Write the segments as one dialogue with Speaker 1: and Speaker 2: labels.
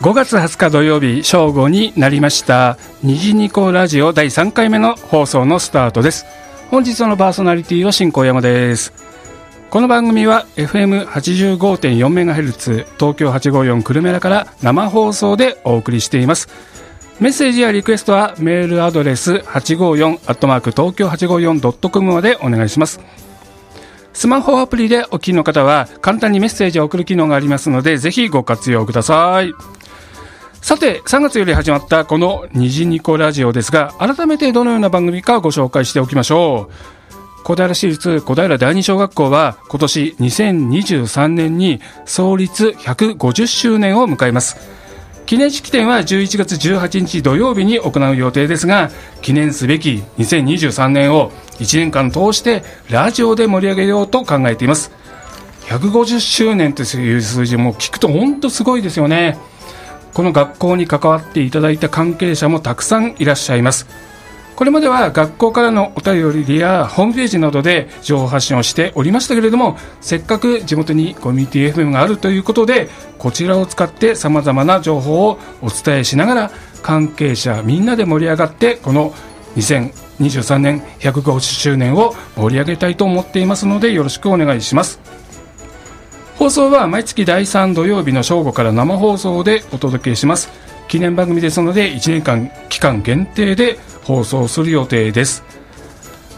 Speaker 1: 5月20日土曜日正午になりました虹ニコラジオ第3回目の放送のスタートです本日のパーソナリティは新高山ですこの番組は FM85.4MHz 東京854久留米らから生放送でお送りしていますメッセージやリクエストはメールアドレス 854- 東京 854.com までお願いしますスマホアプリでお聞きの方は簡単にメッセージを送る機能がありますのでぜひご活用くださいさて3月より始まったこの「にじにこラジオ」ですが改めてどのような番組かご紹介しておきましょう小平市立小平第二小学校は今年2023年に創立150周年を迎えます記念式典は11月18日土曜日に行う予定ですが記念すべき2023年を1年間通してラジオで盛り上げようと考えています150周年という数字も聞くと本当すごいですよねこの学校に関わっていただいた関係者もたくさんいらっしゃいますこれまでは学校からのお便りやホームページなどで情報発信をしておりましたけれどもせっかく地元にコミュニティ FM があるということでこちらを使ってさまざまな情報をお伝えしながら関係者みんなで盛り上がってこの2023年150周年を盛り上げたいと思っていますのでよろしくお願いします放送は毎月第3土曜日の正午から生放送でお届けします記念番組ですので1年間期間限定で放送する予定です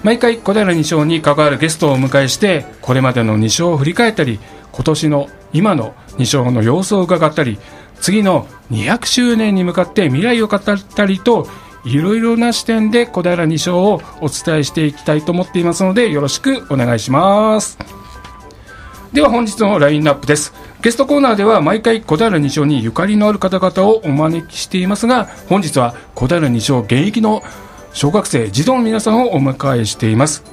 Speaker 1: 毎回小平二章に関わるゲストをお迎えしてこれまでの二章を振り返ったり今年の今の二章の様子を伺ったり次の200周年に向かって未来を語ったりといろいろな視点で小平二章をお伝えしていきたいと思っていますのでよろしくお願いしますでは本日のラインナップですゲストコーナーでは毎回小平二章にゆかりのある方々をお招きしていますが本日は小平二章現役の小学生児童の皆さんをお迎えしています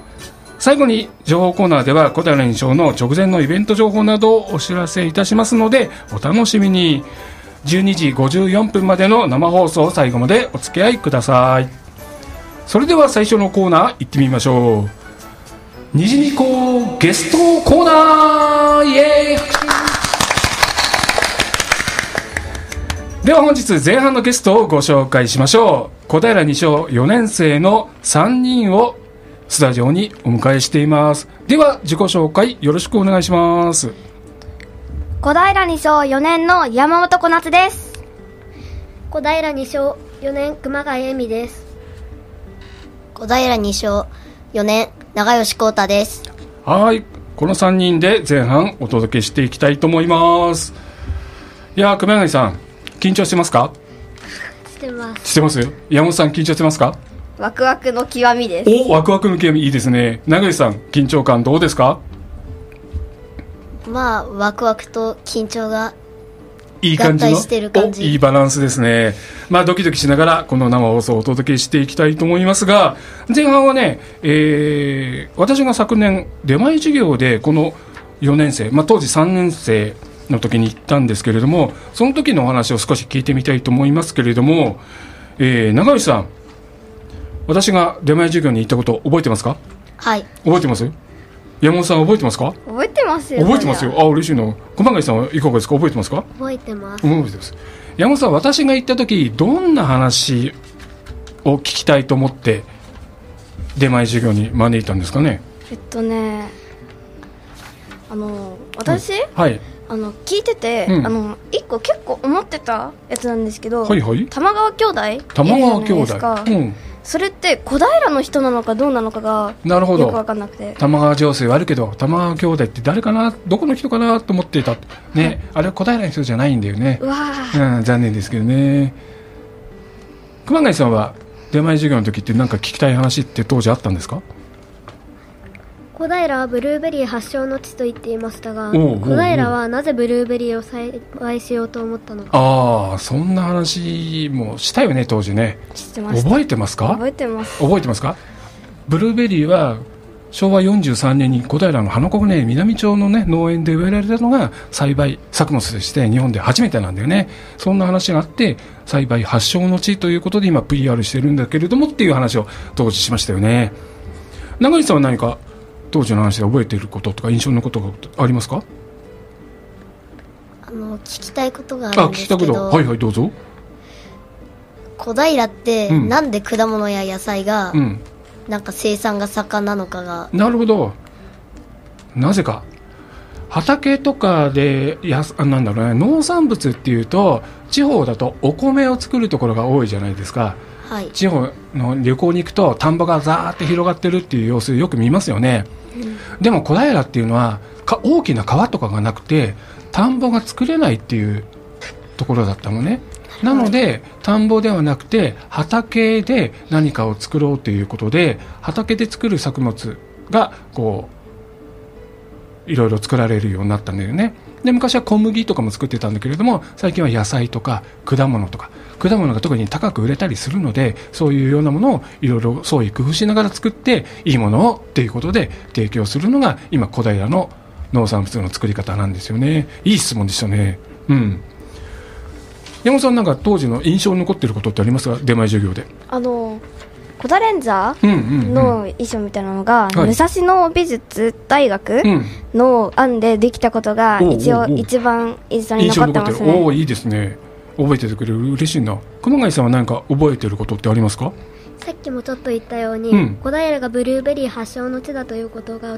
Speaker 1: 最後に情報コーナーでは小平二章の直前のイベント情報などをお知らせいたしますのでお楽しみに12時54分までの生放送を最後までお付き合いくださいそれでは最初のコーナー行ってみましょうにじにこゲストコーナーイエーイ拍手では本日前半のゲストをご紹介しましょう小平二章4年生の3人をスタジオにお迎えしていますでは自己紹介よろしくお願いします
Speaker 2: 小平二小4年の山本小夏です小平二小4年熊谷恵美です小平二小4年長吉光太です
Speaker 1: はいこの3人で前半お届けしていきたいと思いますいやー熊谷さん緊張してますか
Speaker 2: してます
Speaker 1: してますよ山本さん緊張してますか
Speaker 2: ワクワクの極みです
Speaker 1: おワクワクのゲームいいですね長井さん緊張感どうですか
Speaker 2: まあワクワクと緊張が
Speaker 1: いい感じの
Speaker 2: 合体してる感じ
Speaker 1: おいいバランスですねまあドキドキしながらこの生放送をお届けしていきたいと思いますが前半はね、えー私が昨年出前授業でこの4年生、まあ、当時3年生の時に行ったんですけれどもその時のお話を少し聞いてみたいと思いますけれども、えー、長井さん私が出前授業に行ったこと覚えてますか
Speaker 2: はい
Speaker 1: 覚えてます山本さん覚えてますか
Speaker 2: 覚えてます
Speaker 1: 覚えてますよ。あ、嬉しいな。熊谷さんはいかがですか覚えてますか
Speaker 2: 覚えてます
Speaker 1: 覚えてます。山本さん、私が行った時、どんな話を聞きたいと思って、出前授業に招いたんですかね
Speaker 3: えっとねあの私、
Speaker 1: はい。
Speaker 3: あの聞いてて、
Speaker 1: うん
Speaker 3: あの一個結構思ってたやつなんですけど、
Speaker 1: はいはい。
Speaker 3: 玉川兄弟
Speaker 1: 玉川
Speaker 3: いる
Speaker 1: 兄
Speaker 3: じゃないですか。
Speaker 1: 弟うん。
Speaker 3: それって小平の人なのかどうなのかが
Speaker 1: なるほ
Speaker 3: よく分
Speaker 1: ど。
Speaker 3: かんなくて
Speaker 1: 玉川上水はあるけど、玉川兄弟って誰かなどこの人かなと思ってた。ね。あれは小平の人じゃないんだよね
Speaker 3: う。わー
Speaker 1: うん、残念ですけどね。熊谷さんは、出前授業の時って何か聞きたい話って当時あったんですか
Speaker 4: 小平はブルーベリー発祥の地と言っていましたが
Speaker 1: おうおうおう
Speaker 4: 小平はなぜブルーベリーを栽培しようと思ったのか
Speaker 1: ああそんな話もしたよね当時ね
Speaker 3: 知ってました
Speaker 1: 覚えてますか
Speaker 3: 覚えてます
Speaker 1: 覚えてますかブルーベリーは昭和43年に小平の花子ね南町のね農園で植えられたのが栽培作物として日本で初めてなんだよねそんな話があって栽培発祥の地ということで今 PR してるんだけれどもっていう話を当時しましたよね長井さんは何か当時の話で覚えていることとか印象のことがありますか
Speaker 2: あの聞きたいことがあ
Speaker 1: あ
Speaker 2: るん
Speaker 1: 聞
Speaker 2: で
Speaker 1: き
Speaker 2: す
Speaker 1: た
Speaker 2: け
Speaker 1: こと
Speaker 2: ど
Speaker 1: はいはいどうぞ
Speaker 2: 小平って、
Speaker 1: うん
Speaker 2: なんで果物や野菜が、
Speaker 1: うん
Speaker 2: なんか生産が盛んなのかが
Speaker 1: なるほどなぜか畑とかでやすあなんだろうね農産物っていうと地方だとお米を作るところが多いじゃないですか
Speaker 2: はい
Speaker 1: 地方の旅行に行くと田んぼがザーって広がってるっていう様子よく見ますよね、でも小平っていうのはか大きな川とかがなくて田んぼが作れないっていうところだったのねなので田んぼではなくて畑で何かを作ろうということで畑で作る作物がこういろいろ作られるようになったんだよねで昔は小麦とかも作ってたんだけれども最近は野菜とか果物とか果物が特に高く売れたりするのでそういうようなものをいろいろ創意工夫しながら作っていいものをっていうことで提供するのが今小平の農産物の作り方なんですよねいい質問でしたねうん山本さんなんか当時の印象に残ってることってありますか出前授業で
Speaker 3: あのコダレンジャ
Speaker 1: う
Speaker 3: ー
Speaker 1: んうんうん
Speaker 3: の衣装みたいなのが、
Speaker 1: はい
Speaker 3: 武蔵野美術大学
Speaker 1: うん
Speaker 3: の案でできたことが
Speaker 1: おうおうおう
Speaker 3: 一応一番印象に
Speaker 1: 印象
Speaker 3: 残
Speaker 1: に
Speaker 3: って
Speaker 1: 残
Speaker 3: ま
Speaker 1: って
Speaker 3: す
Speaker 1: るおお
Speaker 3: ね
Speaker 1: ーいいですね覚えててくれる嬉しいな熊谷さんは何か覚えてることってありますか
Speaker 4: さっきもちょっと言ったように、
Speaker 1: うん
Speaker 4: 小平がブルーベリー発祥の地だということが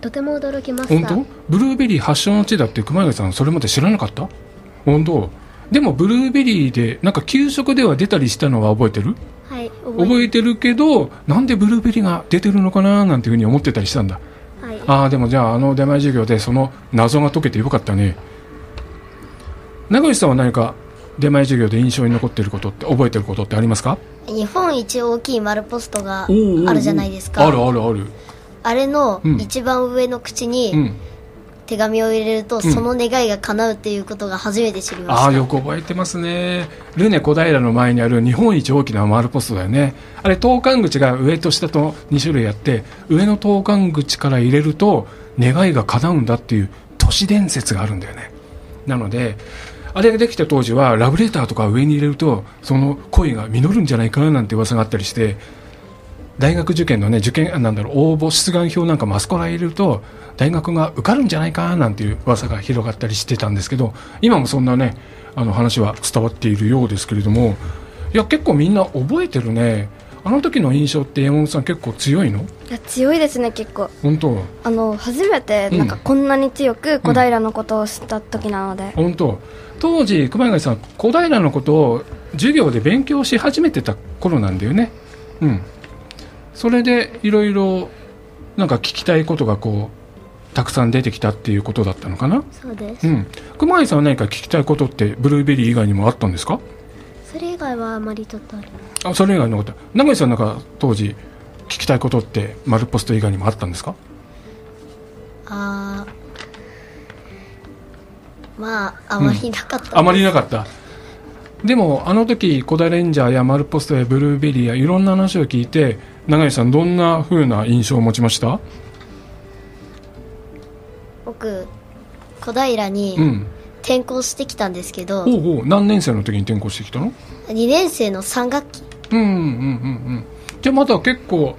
Speaker 4: とても驚きまし
Speaker 1: 本
Speaker 4: た
Speaker 1: 当ブルーベリー発祥の地だって熊谷さんそれまで知らなかった本当でもブルーベリーでなんか給食では出たりしたのは覚えてる
Speaker 4: はい覚
Speaker 1: 覚
Speaker 4: え
Speaker 1: えてるけどなんでブルーベリーが出てるのかななんていうふうに思ってたりしたんだ
Speaker 4: はい
Speaker 1: ああでもじゃああの出前授業でその謎が解けてよかったね長吉さんは何か出前授業で印象に残っていることって覚えてることってありますか
Speaker 2: 日本一大きい丸ポストがあるじゃないですか
Speaker 1: あるあるある
Speaker 2: あれの
Speaker 1: うん
Speaker 2: 一番上の口
Speaker 1: う
Speaker 2: に
Speaker 1: ん
Speaker 2: 手紙を入れると、
Speaker 1: ん
Speaker 2: その願いが叶うっていうことが初めて知りま
Speaker 1: ああ
Speaker 2: した
Speaker 1: よく覚えてますねルネ小平の前にある日本一大きな丸ポストだよねあれ投函口が上と下と2種類あって上の投函口から入れると願いが叶うんだっていう都市伝説があるんだよねなのであれができた当時はラブレターとか上に入れるとその恋が実るんじゃないかなんて噂があったりして大学受験のね受験あなんだろう応募出願表なんかもあそこら入れると大学が受かるんじゃないかなんていう噂が広がったりしてたんですけど今もそんなねあの話は伝わっているようですけれどもいや結構みんな覚えてるねあの時の印象って山本さん結構強いの
Speaker 3: いや強いですね結構
Speaker 1: 本当
Speaker 3: あの初めてなんか
Speaker 1: うん
Speaker 3: こんなに強く小平のことを知った時なので、
Speaker 1: 本当当時熊谷さん小平のことを授業で勉強し始めてた頃なんだよねうんそれでいろいろなんか聞きたいことがこうたくさん出てきたっていうことだったのかな
Speaker 4: そうです
Speaker 1: うん熊谷さんは何か聞きたいことってブルーベリー以外にもあったんですか
Speaker 4: それ以外はあまりちょっとある
Speaker 1: あそれ以外のこと長井さんなんか当時聞きたいことって丸ポスト以外にもあったんですか
Speaker 2: あーまああまりなかった、
Speaker 1: あまりなかったでもあの時コダレンジャーやマルポストやブルーベリーやいろんな話を聞いて永井さんどんな風な印象を持ちました
Speaker 2: 僕小平
Speaker 1: う
Speaker 2: に
Speaker 1: ん
Speaker 2: 転校してきたんですけど、
Speaker 1: おうおう何年生の時に転校してきたの
Speaker 2: 2年生の3学期
Speaker 1: うんうんうんうんじゃあまだ結構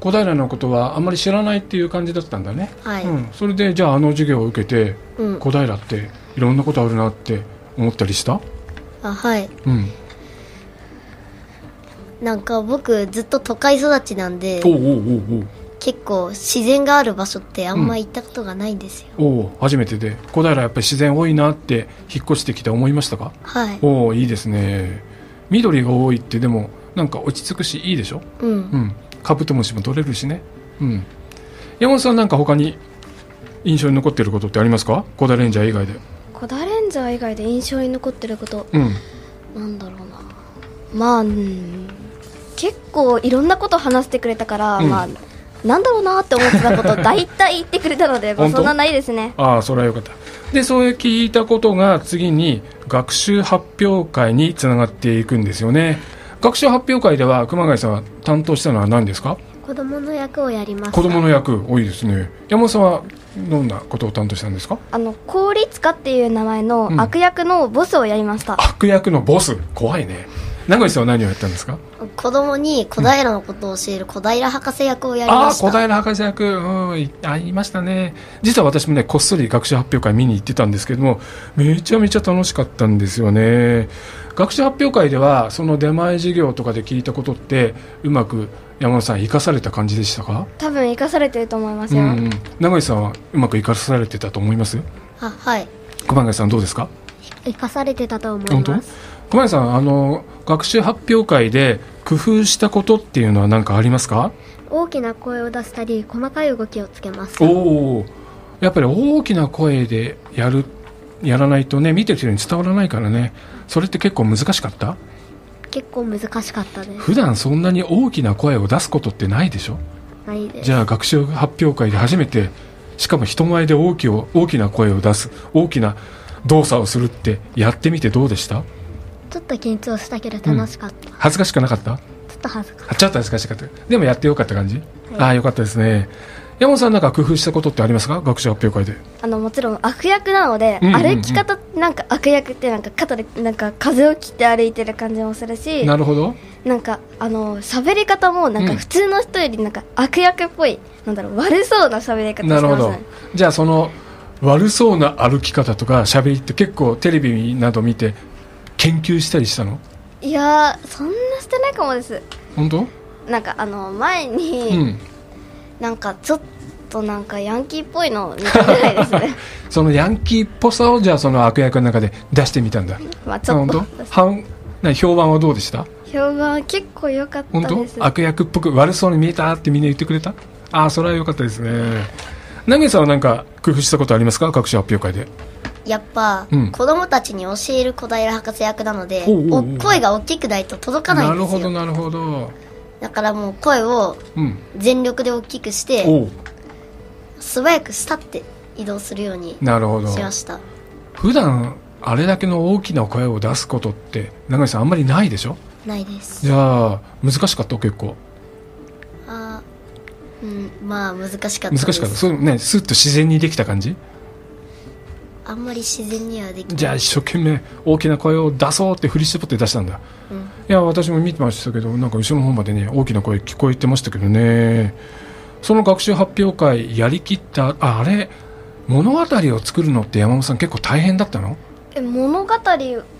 Speaker 1: 小平のことはあんまり知らないっていう感じだったんだね
Speaker 2: はい、
Speaker 1: うん、それでじゃああの授業を受けて、
Speaker 2: うん
Speaker 1: 小平っていろんなことあるなって思ったりした
Speaker 2: あはい
Speaker 1: うん
Speaker 2: なんか僕ずっと都会育ちなんで
Speaker 1: おうおうおうおう
Speaker 2: 結構自然がある場所ってあんま行ったことがないんですよ、
Speaker 1: おう初めてで小平やっぱり自然多いなって引っ越してきて思いましたか
Speaker 2: はい
Speaker 1: おおいいですね緑が多いってでもなんか落ち着くしいいでしょ
Speaker 2: うん
Speaker 1: うんカブトムシも取れるしねうん山本さんなんか他に印象に残ってることってありますかコダレンジャー以外で
Speaker 3: コダレンジャー以外で印象に残ってること
Speaker 1: うん
Speaker 3: なんだろうなまあ、うん結構いろんなこと話してくれたから、
Speaker 1: うん
Speaker 3: まあなんだろうなって思ってた こと大体言ってくれたので、まあ、
Speaker 1: 本当
Speaker 3: そんなないですね
Speaker 1: ああそれはよかったでそういう聞いたことが次に学習発表会につながっていくんですよね学習発表会では熊谷さんは担当したのは何ですか
Speaker 4: 子供の役をやりました
Speaker 1: 子供の役多いですね山本さんはどんなことを担当したんですか
Speaker 3: あの効率化っていう名前
Speaker 1: うん
Speaker 3: の悪役のボスをやりました、
Speaker 1: 悪役のボス怖いね名越さんは何をやったんですか
Speaker 2: 子供に小平のことを教える小平博士役をやり
Speaker 1: ああ
Speaker 2: ま
Speaker 1: ー
Speaker 2: し
Speaker 1: 小
Speaker 2: た。
Speaker 1: 平博士役、うん、いあいましたね実は私もねこっそり学習発表会見に行ってたんですけどもめちゃめちゃ楽しかったんですよね学習発表会ではその出前授業とかで聞いたことってうまく山野さん生かされた感じでしたか
Speaker 3: 多分生かされてると思います
Speaker 1: う
Speaker 3: よ、
Speaker 1: ん、うん、長井さんはうまく生かされてたと思います
Speaker 2: あ、はい。
Speaker 1: 熊谷さんどうですか
Speaker 4: 生かされてたと思
Speaker 1: 本
Speaker 4: い
Speaker 1: 当
Speaker 4: ます
Speaker 1: 熊谷さんあの学習発表会で工夫したことっていうのは何かありますか
Speaker 4: 大きな声を出したり細かい動きをつけます
Speaker 1: おおやっぱり大きな声でやるやらないとね見てる人に伝わらないからねそれって結構難しかった
Speaker 4: 結構難しかったです
Speaker 1: 普段そんなに大きな声を出すことってないでしょ
Speaker 4: ないです
Speaker 1: じゃあ学習発表会で初めてしかも人前で大きを大きな声を出す大きな動作をするってやってみてどうでした
Speaker 4: ちょっと緊張したけど楽しかった、
Speaker 1: 恥ずかしくなかった
Speaker 4: ちょっと恥ずかし
Speaker 1: あちょっと恥ずかしかったでもやってよかった感じ、ああよかったですね山本さんなんか工夫したことってありますか学習発表会で
Speaker 3: あのもちろん悪役なので、
Speaker 1: うんうんうん
Speaker 3: 歩き方なんか悪役ってなんか肩でなんか風を切って歩いてる感じもするし
Speaker 1: なるほど
Speaker 3: なんかあの喋り方もなん
Speaker 1: うん
Speaker 3: か普通の人よりなんか悪役っぽい、なんだろう悪そうな喋り方してま
Speaker 1: な
Speaker 3: す
Speaker 1: るほど
Speaker 3: ね
Speaker 1: じゃあその悪そうな歩き方とか喋りって結構テレビなど見て研究したりしたの
Speaker 3: いやーそんなしてないかもです
Speaker 1: 本当
Speaker 3: なんかあの前に、
Speaker 1: うん
Speaker 3: なんかちょっとなんかヤンキーっぽいのを見たぐらいです ね
Speaker 1: そのヤンキーっぽさをじゃあその悪役の中で出してみたんだ
Speaker 3: まあち
Speaker 1: あ
Speaker 3: ょっ
Speaker 1: 本当
Speaker 3: と
Speaker 1: はな評判はどうでした
Speaker 3: 評判結構良かった
Speaker 1: 本当
Speaker 3: です
Speaker 1: 悪役っぽく悪そうに見えたってみんな言ってくれたああそれは良かったですねナゲさんは何か工夫したことありますか各種発表会で
Speaker 2: やっぱ、
Speaker 1: うん
Speaker 2: 子供たちに教える小平博士役なので
Speaker 1: おうおうおう
Speaker 2: お声が大きくないと届かない
Speaker 1: なんる
Speaker 2: です
Speaker 1: ほど
Speaker 2: よ
Speaker 1: なるほど
Speaker 2: だからもう声を
Speaker 1: うん
Speaker 2: 全力で大きくして
Speaker 1: おう
Speaker 2: 素早くしたって移動するように
Speaker 1: なるほど
Speaker 2: しました
Speaker 1: 普段あれだけの大きな声を出すことって永井さんあんまりないでしょ
Speaker 2: ないです
Speaker 1: じゃあ難しかった結構
Speaker 2: あーうんまあ難しかった
Speaker 1: 難
Speaker 2: で
Speaker 1: し
Speaker 2: す
Speaker 1: かったそうねスッと自然にできた感じ
Speaker 2: あんまり自然にはできない
Speaker 1: じゃあ一生懸命大きな声を出そうって振り絞って出したんだ、
Speaker 2: うん
Speaker 1: いや私も見てましたけどなんか後ろの方までね大きな声聞こえてましたけどねその学習発表会やりきったああれ物語を作るのって山本さん結構大変だったの
Speaker 3: え物語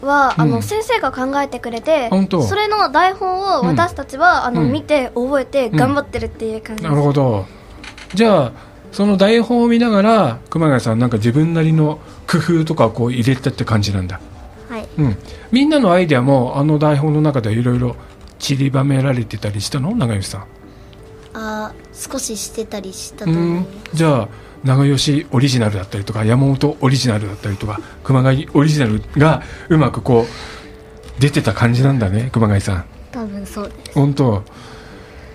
Speaker 3: はあの、
Speaker 1: うん
Speaker 3: 先生が考えてくれて
Speaker 1: 本当
Speaker 3: それの台本を私たちは、あの
Speaker 1: うん
Speaker 3: 見て覚えて
Speaker 1: ん
Speaker 3: 頑張ってるっていう感じ
Speaker 1: な
Speaker 3: で
Speaker 1: る
Speaker 3: す、
Speaker 1: ほどじゃあその台本を見ながら熊谷さんなんか自分なりの工夫とかをこう入れたって感じなんだ
Speaker 4: はい
Speaker 1: うん、みんなのアイデアもあの台本の中でいろいろ散りばめられてたりしたの長吉さん
Speaker 2: あー少ししてたりしたと
Speaker 1: う
Speaker 2: 思いま
Speaker 1: ん
Speaker 2: す
Speaker 1: じゃあ長吉オリジナルだったりとか山本オリジナルだったりとか熊谷オリジナルがうまくこう出てた感じなんだね熊谷さん
Speaker 4: 多分そうです
Speaker 1: 本当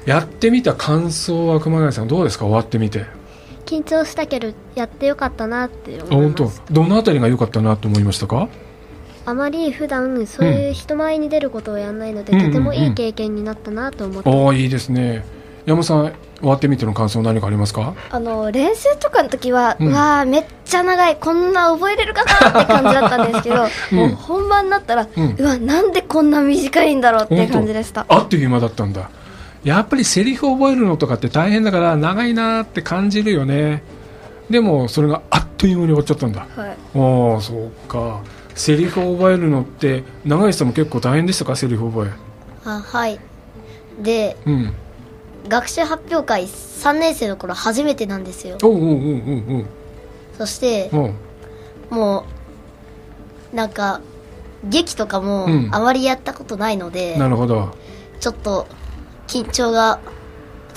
Speaker 1: やってみた感想は熊谷さんどうですか終わってみて
Speaker 4: 緊張したけどやってよかったなって
Speaker 1: あ
Speaker 4: 思い
Speaker 1: 本
Speaker 4: ま
Speaker 1: 当
Speaker 4: す
Speaker 1: どのあたりが良かったなと思いましたか
Speaker 4: あまり普段そういう人前に出ることをやらないので、
Speaker 1: うん
Speaker 4: とても
Speaker 1: うん
Speaker 4: い
Speaker 1: うん
Speaker 4: い経験になったなと思って、
Speaker 1: おーいいですね山本さん終わってみての感想何かありますか
Speaker 3: あの練習とかの時は、
Speaker 1: うん
Speaker 3: うわあめっちゃ長いこんな覚えれるかなって感じだったんです けど、もう本番になったら、
Speaker 1: う
Speaker 3: うんわなんでこんな短いんだろうっていう感じでした
Speaker 1: あっという間だったんだやっぱりセリフを覚えるのとかって大変だから長いなーって感じるよねでもそれがあっという間に終わっちゃったんだ
Speaker 3: はい
Speaker 1: ああそうかセリフを覚えるのって長井さんも結構大変でしたかセリフ覚
Speaker 2: あはいで
Speaker 1: えうん
Speaker 2: 学習発表会3年生の頃初めてなんですよ
Speaker 1: おうおうおうおう
Speaker 2: そして
Speaker 1: おうおう
Speaker 2: もうなんか劇とかも
Speaker 1: うん
Speaker 2: あまりやったことないので、
Speaker 1: なるほど
Speaker 2: ちょっと緊張が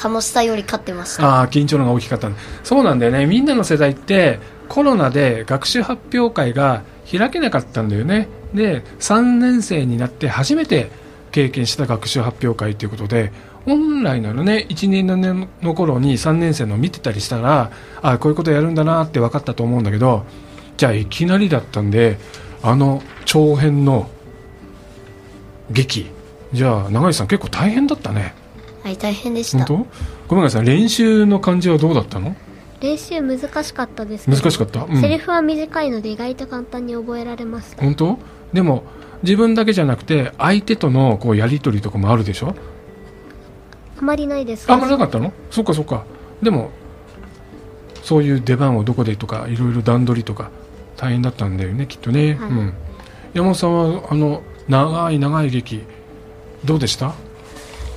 Speaker 2: 楽しさより勝ってました
Speaker 1: ああ緊張の方が大きかったんだそうなんだよねみんなの世代ってコロナで学習発表会が開けなかったんだよねで3年生になって初めて経験した学習発表会ということで本来ならね12年の頃に3年生の見てたりしたらああこういうことやるんだなって分かったと思うんだけどじゃあいきなりだったんであの長編の劇じゃあ永井さん結構大変だったね
Speaker 2: はい大変でした
Speaker 1: 本当ごめんなさい練習の感じはどうだったの
Speaker 4: 練習難しかったですけど
Speaker 1: 難しかった、うん
Speaker 4: セリフは短いので意外と簡単に覚えられました
Speaker 1: 本当でも自分だけじゃなくて相手とのこうやり取りとかもあるでしょ
Speaker 4: あまりないです
Speaker 1: あんまりなかったのそっかそっかでもそういう出番をどこでとかいろいろ段取りとか大変だったんだよねきっとね、
Speaker 4: はい
Speaker 1: うん、山本さんはあの長い長い歴どうでした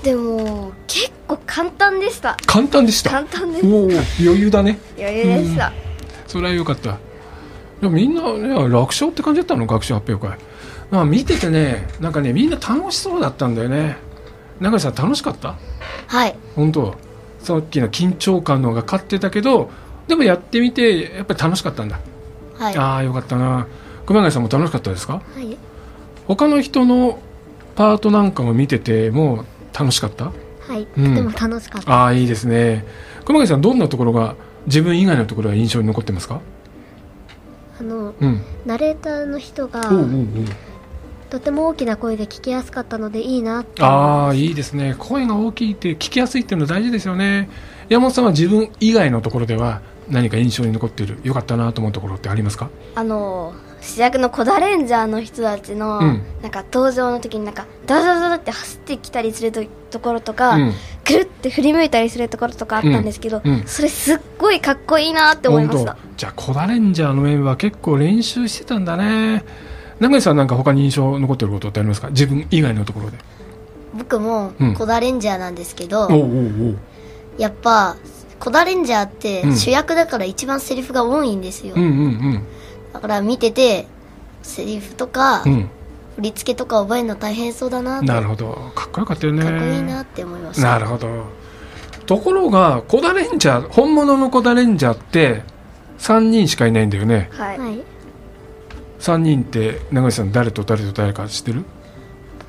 Speaker 3: でも結構簡単でした
Speaker 1: 簡単でした
Speaker 3: 簡単です
Speaker 1: おお余裕だね
Speaker 3: 余裕でした、
Speaker 1: それは良かったでもみんな、ね、楽勝って感じだったの学習発表会まあ見ててねなんかねみんな楽しそうだったんだよね中西さん楽しかった
Speaker 2: はい
Speaker 1: 本当さっきの緊張感の方が勝ってたけどでもやってみてやっぱり楽しかったんだ
Speaker 2: はい
Speaker 1: ああよかったな熊谷さんも楽しかったですか
Speaker 4: はい
Speaker 1: 他の人のパートなんかも見てても楽しかった
Speaker 4: はい、と
Speaker 1: う
Speaker 4: て
Speaker 1: ん
Speaker 4: も楽しかった、
Speaker 1: ああいいですね熊谷さんどんなところが自分以外のところが印象に残ってますか
Speaker 4: あの
Speaker 1: うん
Speaker 4: ナレーターの人が
Speaker 1: おうおうおう
Speaker 4: とても大きな声で聞きやすかったのでいいなって
Speaker 1: ああいいですね声が大きいって聞きやすいっていうの大事ですよね山本さんは自分以外のところでは何か印象に残っているよかったなと思うところってありますか
Speaker 3: あの主役のコダレンジャーの人たちの、
Speaker 1: うん
Speaker 3: なんか登場の時になんかダダダダダって走ってきたりするとところとか、
Speaker 1: うん
Speaker 3: くるって振り向いたりするところとかあったんですけど、
Speaker 1: うんうん
Speaker 3: それすっごいかっこいいなって思いました
Speaker 1: 本当じゃあコダレンジャーのメンバー結構練習してたんだね長井さんなんか他に印象残ってることってありますか自分以外のところで
Speaker 2: 僕も
Speaker 1: うん
Speaker 2: コダレンジャーなんですけど、
Speaker 1: おうおうおう
Speaker 2: やっぱコダレンジャーって
Speaker 1: うん
Speaker 2: 主役だから一番セリフが多いんですよ、
Speaker 1: うんうん
Speaker 2: だから見ててセリフとか、
Speaker 1: うん
Speaker 2: 振り付けとか覚えるの大変そうだな
Speaker 1: う
Speaker 2: と
Speaker 1: んなるほどかっこよかったよね
Speaker 2: かっこいいなって思いました
Speaker 1: なるほどところがコダレンジャー本物のコダレンジャーって3人しかいないんだよね
Speaker 3: はい、
Speaker 4: はい
Speaker 1: 3人って長井さん誰と誰と誰か知ってる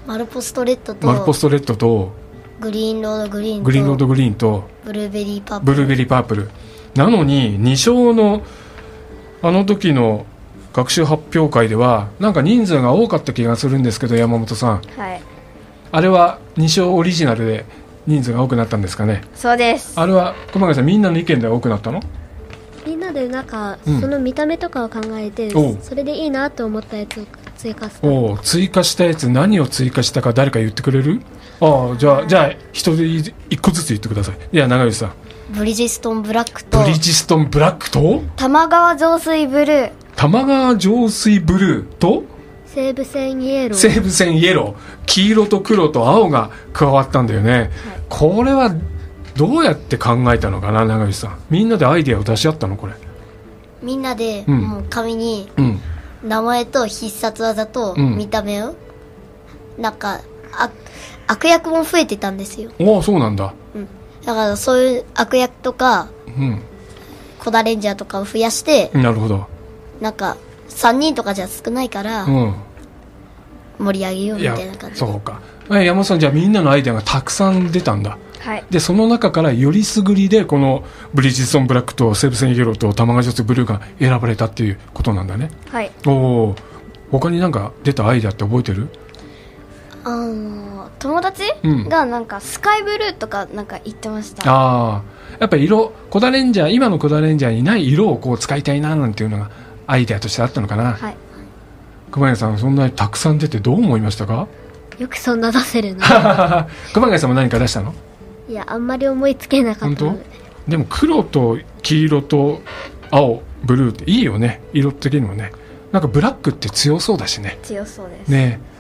Speaker 2: マルポストレッドと
Speaker 1: マルポストレッドと
Speaker 2: グリーンロードグリーンと
Speaker 1: グリーンロードグリーンと
Speaker 2: ブルーベリーパップ
Speaker 1: ブルーベリーパープルなのに2勝のあの時の学習発表会ではなんか人数が多かった気がするんですけど山本さん
Speaker 3: はい、
Speaker 1: あれは2勝オリジナルで人数が多くなったんですかね
Speaker 3: そうです
Speaker 1: あれは熊谷さんみんなの意見で多くなったの
Speaker 4: みんなでなんか、
Speaker 1: うん
Speaker 4: その見た目とかを考えて
Speaker 1: おう
Speaker 4: それでいいなと思ったやつを追加した
Speaker 1: おお追加したやつ何を追加したか誰か言ってくれるああじゃあじゃあ一人一個ずつ言ってくださいいや長吉さん
Speaker 2: ブリヂストンブラックと
Speaker 1: ブリヂストンブラックと
Speaker 3: 玉川上水ブルー
Speaker 1: 玉川上水ブルーと
Speaker 4: 西武線イエロー
Speaker 1: 西武線イエロー黄色と黒と青が加わったんだよね、これはどうやって考えたのかな長吉さんみんなでアイデアを出し合ったのこれ
Speaker 2: みんなで、
Speaker 1: うん
Speaker 2: もう紙に
Speaker 1: うん
Speaker 2: 名前と必殺技と
Speaker 1: うん
Speaker 2: 見た目を、なんかあ悪役も増えてたんですよ、
Speaker 1: おおそうなんだ
Speaker 2: うん、だからそういう悪役とか
Speaker 1: うん
Speaker 2: コダレンジャーとかを増やして、
Speaker 1: なるほど
Speaker 2: なんか3人とかじゃ少ないから
Speaker 1: うん
Speaker 2: 盛り上げよう
Speaker 1: い
Speaker 2: み
Speaker 1: や
Speaker 2: たいな感じ
Speaker 1: そうかえ山本さんじゃあみんなのアイデアがたくさん出たんだ
Speaker 3: はい
Speaker 1: でその中からよりすぐりでこのブリヂストンブラックと西武線イエローと玉川上水ブルーが選ばれたっていうことなんだね
Speaker 3: はい
Speaker 1: おお他になんか出たアイデアって覚えてる
Speaker 3: あの友達、
Speaker 1: うん
Speaker 3: がなんかスカイブルーとかなんか言ってました
Speaker 1: ああやっぱり色コダレンジャー今のコダレンジャーにない色をこう使いたいななんていうのがアイデアとしてあったのかな、
Speaker 3: はい
Speaker 1: 熊谷さんそんなにたくさん出てどう思いました か
Speaker 4: よくそんな出せるな
Speaker 1: 熊谷さんも何か出したの
Speaker 4: いやあんまり思いつけなかっ
Speaker 1: 本
Speaker 4: たの
Speaker 1: 当
Speaker 4: で
Speaker 1: でも黒と黄色と青ブルーっていいよね色的にもねなんかブラックって強そうだしね
Speaker 3: 強そうです、
Speaker 1: ねえ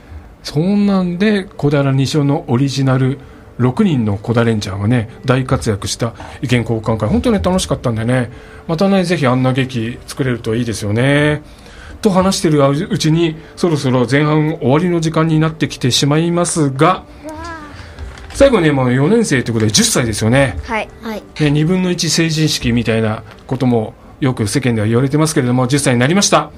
Speaker 1: そんなんで小平二章のオリジナル6人の小田レンジャーがね大活躍した意見交換会本当に楽しかったんでねまたねぜひあんな劇作れるといいですよねと話してるうちにそろそろ前半終わりの時間になってきてしまいますが最後にねもう4年生ということで10歳ですよね
Speaker 3: はい
Speaker 2: はい
Speaker 1: ね、2分の1成人式みたいなこともよく世間では言われてますけれども10歳になりました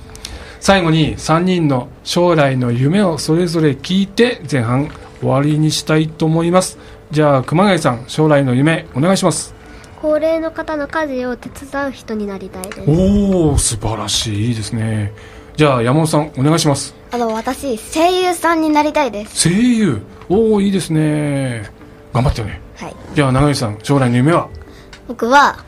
Speaker 1: 最後に3人の将来の夢をそれぞれ聞いて前半終わりにしたいと思いますじゃあ熊谷さん将来の夢お願いします
Speaker 4: 高齢の方の家事を手伝う人になりたいです
Speaker 1: おお素晴らしいいいですねじゃあ山本さんお願いします
Speaker 3: あの私声優さんになりたいです
Speaker 1: 声優おおいいですね頑張ってね
Speaker 2: はい
Speaker 1: じゃあ長吉さん将来の夢は
Speaker 2: 僕は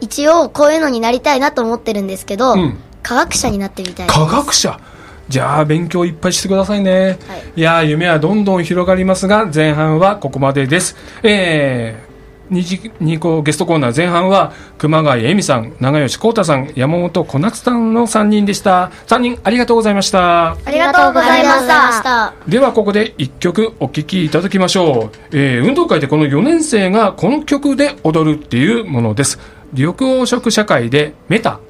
Speaker 2: 一応こういうのになりたいなと思ってるんですけど、
Speaker 1: うん
Speaker 2: 科学者になってみたいです
Speaker 1: 科学者じゃあ勉強いっぱいしてくださいね、、
Speaker 2: はい
Speaker 1: やー夢はどんどん広がりますが前半はここまでですえー二次二個ゲストコーナー前半は熊谷恵美さん長吉浩太さん山本小夏さんの3人でした3人ありがとうございました
Speaker 2: ありがとうございました。
Speaker 1: ではここで1曲お聴きいただきましょう、えー運動会でこの4年生がこの曲で踊るっていうものです緑黄色社会でメタ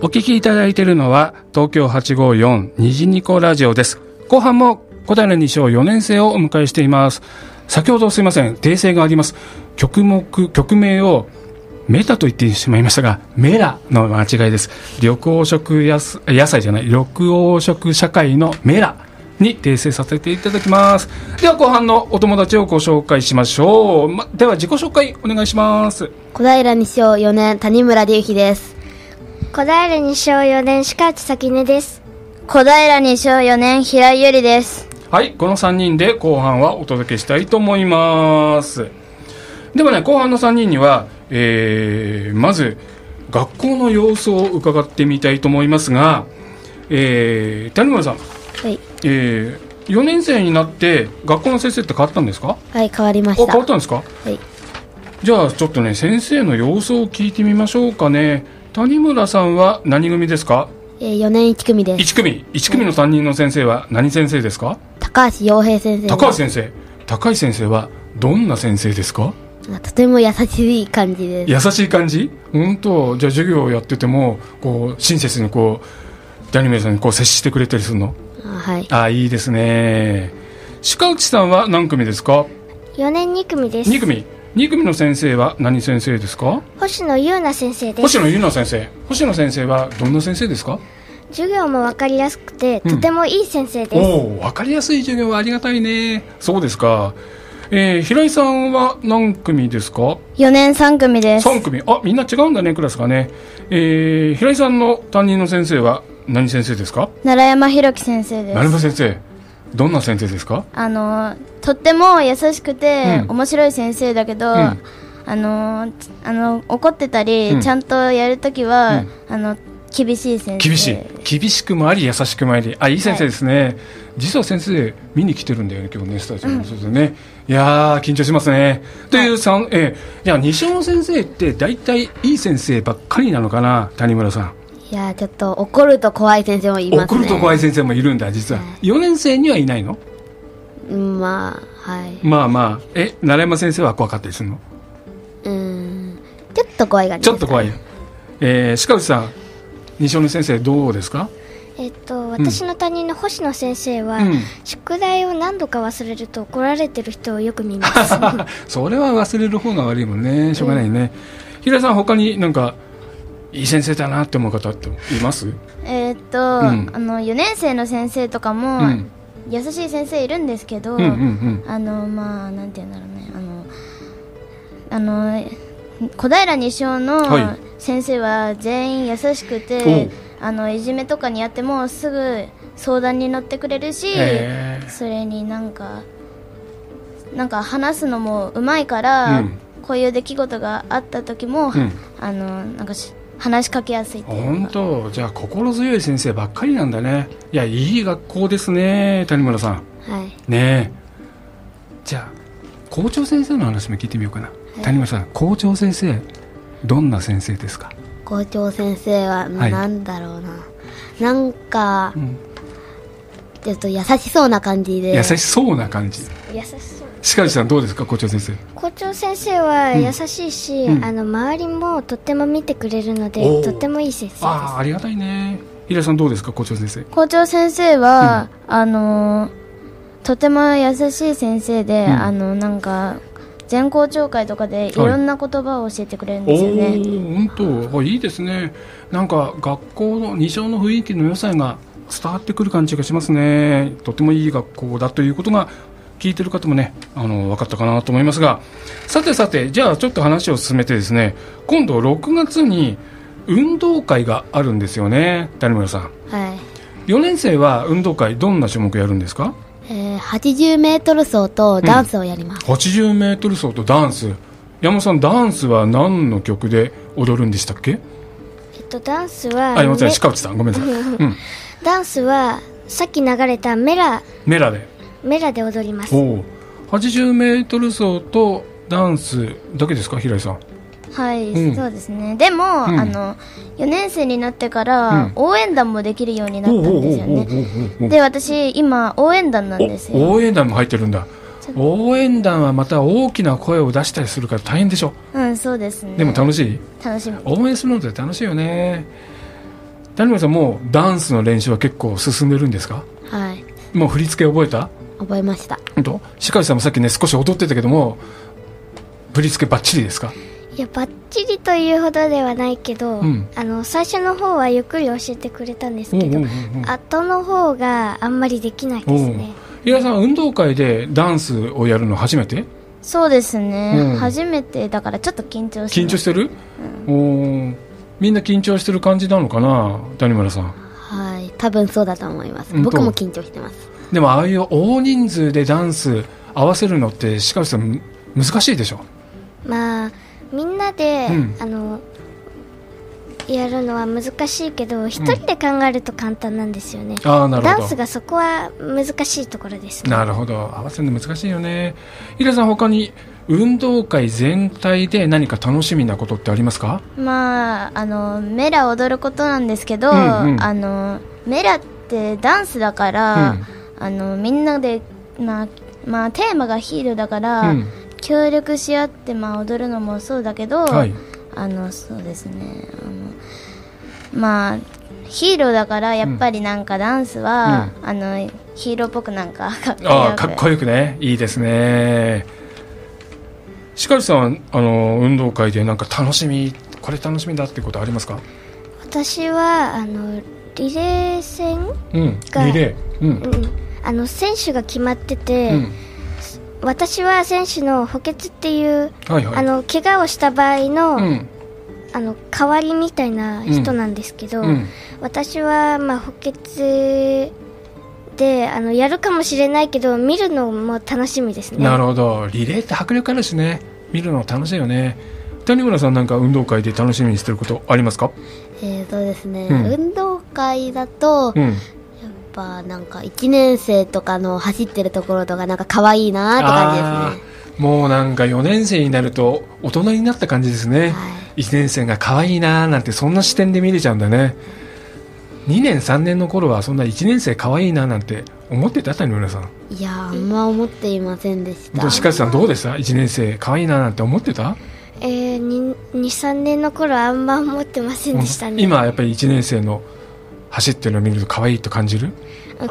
Speaker 1: お聴きいただいているのは東京854虹ニコラジオです後半も小平二小4年生をお迎えしています先ほどすいません訂正があります曲目曲名をメタと言ってしまいましたが、メラの間違いです。緑黄色やす野菜じゃない、緑黄色社会のメラに訂正させていただきます。では後半のお友達をご紹介しましょう。ま、では自己紹介お願いします。
Speaker 2: 小平西尾4年、谷村隆飛です。
Speaker 4: 小平に小4年、鹿内咲音です。
Speaker 2: 小平西尾4年、平井ゆりです。
Speaker 1: はい、この3人で後半はお届けしたいと思います。ではね、後半の3人には、えーまず、学校の様子を伺ってみたいと思いますが、えー、谷村さん。
Speaker 2: はい。
Speaker 1: えー、4年生になって学校の先生って変わったんですか
Speaker 2: はい、変わりま
Speaker 1: あ
Speaker 2: し
Speaker 1: 変
Speaker 2: た。
Speaker 1: わったんですか
Speaker 2: い
Speaker 1: じゃあちょっとね先生の様子を聞いてみましょうかね谷村さんは何組ですか
Speaker 2: えー、4年1組です。
Speaker 1: 1組1組の担任の先生は何先生ですか
Speaker 2: 高橋洋平先生です。
Speaker 1: 高橋先生高橋先生はどんな先生ですか
Speaker 2: あとても優しい感じです。
Speaker 1: 優しい感じ本当じゃあ授業をやっててもこう親切にこう谷村さんにこう接してくれたりするの
Speaker 2: あはい。
Speaker 1: ああいいですね鹿内さんは何組ですか
Speaker 4: 4年2組です。
Speaker 1: 2組2組の先生は何先生ですか
Speaker 4: 星野優奈先生です。
Speaker 1: 星野優奈先生星野先生はどんな先生ですか
Speaker 4: 授業もわかりやすくて、
Speaker 1: うん
Speaker 4: とてもいい先生
Speaker 1: お
Speaker 4: です。
Speaker 1: お分かりやすい授業はありがたいねそうですか、えー、平井さんは何組ですか
Speaker 2: 4年3組で
Speaker 1: 3組あみんな違うんだねクラスがね、えー、平井さんの担任の先生は何先生ですか
Speaker 2: 奈良山弘樹先生で
Speaker 1: 成間先生どんな先生ですか
Speaker 2: あのとっても優しくて、
Speaker 1: うん
Speaker 2: 面白い先生だけど、
Speaker 1: ん
Speaker 2: あのつあの怒ってたり、
Speaker 1: うん
Speaker 2: ちゃんとやるときは、
Speaker 1: うん
Speaker 2: あの厳しい先生
Speaker 1: 厳しい厳しくもあり優しくもありあいい先生ですね、実は先生見に来てるんだよね今日ねスタジオに、そうですねいやー緊張しますねという三、えーじゃあ西尾の先生って大体いい先生ばっかりなのかな谷村さん
Speaker 2: いやちょっと怒ると怖い先生もいます
Speaker 1: 怒
Speaker 2: ね
Speaker 1: ると怖い先生もいるんだ実は、4年生にはいないの
Speaker 2: うんまあはい
Speaker 1: まあまあえ奈良山先生は怖かったりするの
Speaker 2: うんちょっと怖いが
Speaker 1: ちょっと怖いよ、えー、鹿内さん西尾の先生どうですか
Speaker 4: えっと、私の担任の星野先生は、
Speaker 1: うん
Speaker 4: 宿題を何度か忘れると怒られてる人をよく見 ます。
Speaker 1: それは忘れる方が悪いもんねしょうがないね、平井さん他になんかいい先生だなって思う方っています
Speaker 5: えーっと、
Speaker 1: うん
Speaker 5: あの4年生の先生とかも、
Speaker 1: うん
Speaker 5: 優しい先生いるんですけど、
Speaker 1: うんうんうん
Speaker 5: あのまあなんて言うんだろうねあのあの小平西小
Speaker 1: は
Speaker 5: の
Speaker 1: い
Speaker 5: 先生は全員優しくて、
Speaker 1: おう
Speaker 5: あのいじめとかにあってもすぐ相談に乗ってくれるし、
Speaker 1: へえ
Speaker 5: それになんかなんか話すのもうまいから、
Speaker 1: うん
Speaker 5: こういう出来事があった時
Speaker 1: う
Speaker 5: も、
Speaker 1: ん
Speaker 5: あのなんかし話しかけやすいっていう
Speaker 1: 本
Speaker 5: か
Speaker 1: 当じゃあ心強い先生ばっかりなんだねいやいい学校ですね谷村さん
Speaker 2: はい
Speaker 1: ねえじゃあ校長先生の話も聞いてみようかな、谷村さん校長先生どんな先生ですか、
Speaker 2: 校長先生は
Speaker 1: はい
Speaker 2: なんだろうな、なんか
Speaker 1: うん
Speaker 2: ちょっと優しそうな感じで
Speaker 1: 優しそうな感じ
Speaker 4: 優しそう。
Speaker 1: 鹿内さんどうですか校長先生
Speaker 4: 校長先生は優しいし、
Speaker 1: うん
Speaker 4: あの周りもとっても見てくれるの
Speaker 1: お
Speaker 4: で
Speaker 1: ー
Speaker 4: とってもいい先生です
Speaker 1: ああありがたいね平井さんどうですか校長先生
Speaker 5: 校長先生は、あのとても優しい先生で、
Speaker 1: うん
Speaker 5: あのなんか全校長会とかでいろんな言葉を教えてくれるん
Speaker 1: お
Speaker 5: ですよね、
Speaker 1: ー本当あいいですねなんか学校の二小の雰囲気の良さが伝わってくる感じがしますねとてもいい学校だということが聞いてる方もねあの分かったかなと思いますがさてさてじゃあちょっと話を進めてですね今度6月に運動会があるんですよね谷村さん
Speaker 2: はい
Speaker 1: 4年生は運動会どんな種目やるんですか
Speaker 2: えー、80メートル走とダンスをやります、
Speaker 1: 80メートル走とダンス山本さんダンスは何の曲で踊るんでしたっけ
Speaker 2: とダンスは
Speaker 1: あ、山ちゃん、
Speaker 2: め
Speaker 1: 鹿内さん、ごめんなさい。うん。
Speaker 2: ダンスはさっき流れたメラ
Speaker 1: メラで。
Speaker 2: メラで踊ります
Speaker 1: おお。80メートル走とダンスだけですか、平井さん。
Speaker 5: はい、
Speaker 1: うん
Speaker 5: そうですねでも、
Speaker 1: ん
Speaker 5: あの4年生になってか
Speaker 1: うん
Speaker 5: ら応援団もできるようになったんですよね
Speaker 1: おお
Speaker 5: で私今応援団なんですよ
Speaker 1: お応援団も入ってるんだ応援団はまた大きな声を出したりするから大変でしょ
Speaker 5: うんそうですね
Speaker 1: でも楽しい、
Speaker 5: 楽しみ
Speaker 1: 応援するのって楽しいよね谷村さんもうダンスの練習は結構進んでるんですか
Speaker 3: はい
Speaker 1: もう振り付け覚えた
Speaker 3: 覚えました
Speaker 1: 本当鹿内さんもさっきね少し踊ってたけども振り付けバッチリですか
Speaker 2: いやバッチリというほどではないけど、
Speaker 1: うん
Speaker 2: あの最初の方はゆっくり教えてくれたんですけど
Speaker 1: おうおうおうおう
Speaker 2: 後の方があんまりできないですね
Speaker 1: うん平井さんは運動会でダンスをやるの初めて
Speaker 5: そうですね、
Speaker 1: うん
Speaker 5: 初めてだからちょっと緊張して
Speaker 1: 緊張してる、おーみんな緊張してる感じなのかな谷村さん
Speaker 3: はい多分そうだと思います
Speaker 1: うんと
Speaker 3: 僕も緊張してます
Speaker 1: でもああいう大人数でダンス合わせるのってしかしさん難しいでしょ
Speaker 2: まあみんなで、
Speaker 1: うん
Speaker 2: あのやるのは難しいけど一人で考えると簡単なんですよね、
Speaker 1: ああなる
Speaker 2: ダ
Speaker 1: ほど
Speaker 2: ンスがそこは難しいところですね
Speaker 1: なるほど合わせるの難しいよね平井さん他に運動会全体で何か楽しみなことってありますか
Speaker 5: まああのメラ踊ることなんですけど、
Speaker 1: うんうん
Speaker 5: あのメラってダンスだから、
Speaker 1: うん
Speaker 5: あのみんなで、まあまあ、テーマがヒールだから、
Speaker 1: うん
Speaker 5: 協力し合って、まあ、踊るのもそうだけど、
Speaker 1: はい
Speaker 5: あのそうですねあのまあヒーローだからやっぱりなんかダンスは、あのヒーローっぽくなんかかっこよく
Speaker 1: ああかっこよくねいいですねしかしさんはあの運動会でなんか楽しみこれ楽しみだってことありますか
Speaker 2: 私はあのリレー戦、
Speaker 1: うん
Speaker 2: が
Speaker 1: リレーうん、
Speaker 2: うん、あの選手が決まってて、
Speaker 1: うん
Speaker 2: 私は選手の補欠っていう、
Speaker 1: はいはい
Speaker 2: あの怪我をした場合の,、
Speaker 1: うん
Speaker 2: あの代わりみたいな人なんですけど、
Speaker 1: うん
Speaker 2: 私は、まあ、補欠であのやるかもしれないけど見るのも楽しみですね
Speaker 1: なるほどリレーって迫力あるしね見るの楽しいよね谷村さんなんか運動会で楽しみにしてることありますか
Speaker 3: えー、とですね、
Speaker 1: うん
Speaker 3: 運動会だと、
Speaker 1: うん
Speaker 3: やっぱなんか1年生とかの走ってるところとかなんか可愛いなーって感じですね
Speaker 1: あーもうなんか4年生になると大人になった感じですね、
Speaker 3: は
Speaker 1: 1年生が可愛いなーなんてそんな視点で見れちゃうんだね2年3年の頃はそんな1年生可愛いなーなんて思ってた谷村さん
Speaker 3: いやーあんま思っていませんでした
Speaker 1: しかしさんどうでした1年生可愛いなーなんて思ってた
Speaker 2: えー、23年の頃はあんま思ってませんでしたね
Speaker 1: 今やっぱり1年生の走ってるのを見ると可愛いと感じる、
Speaker 2: うん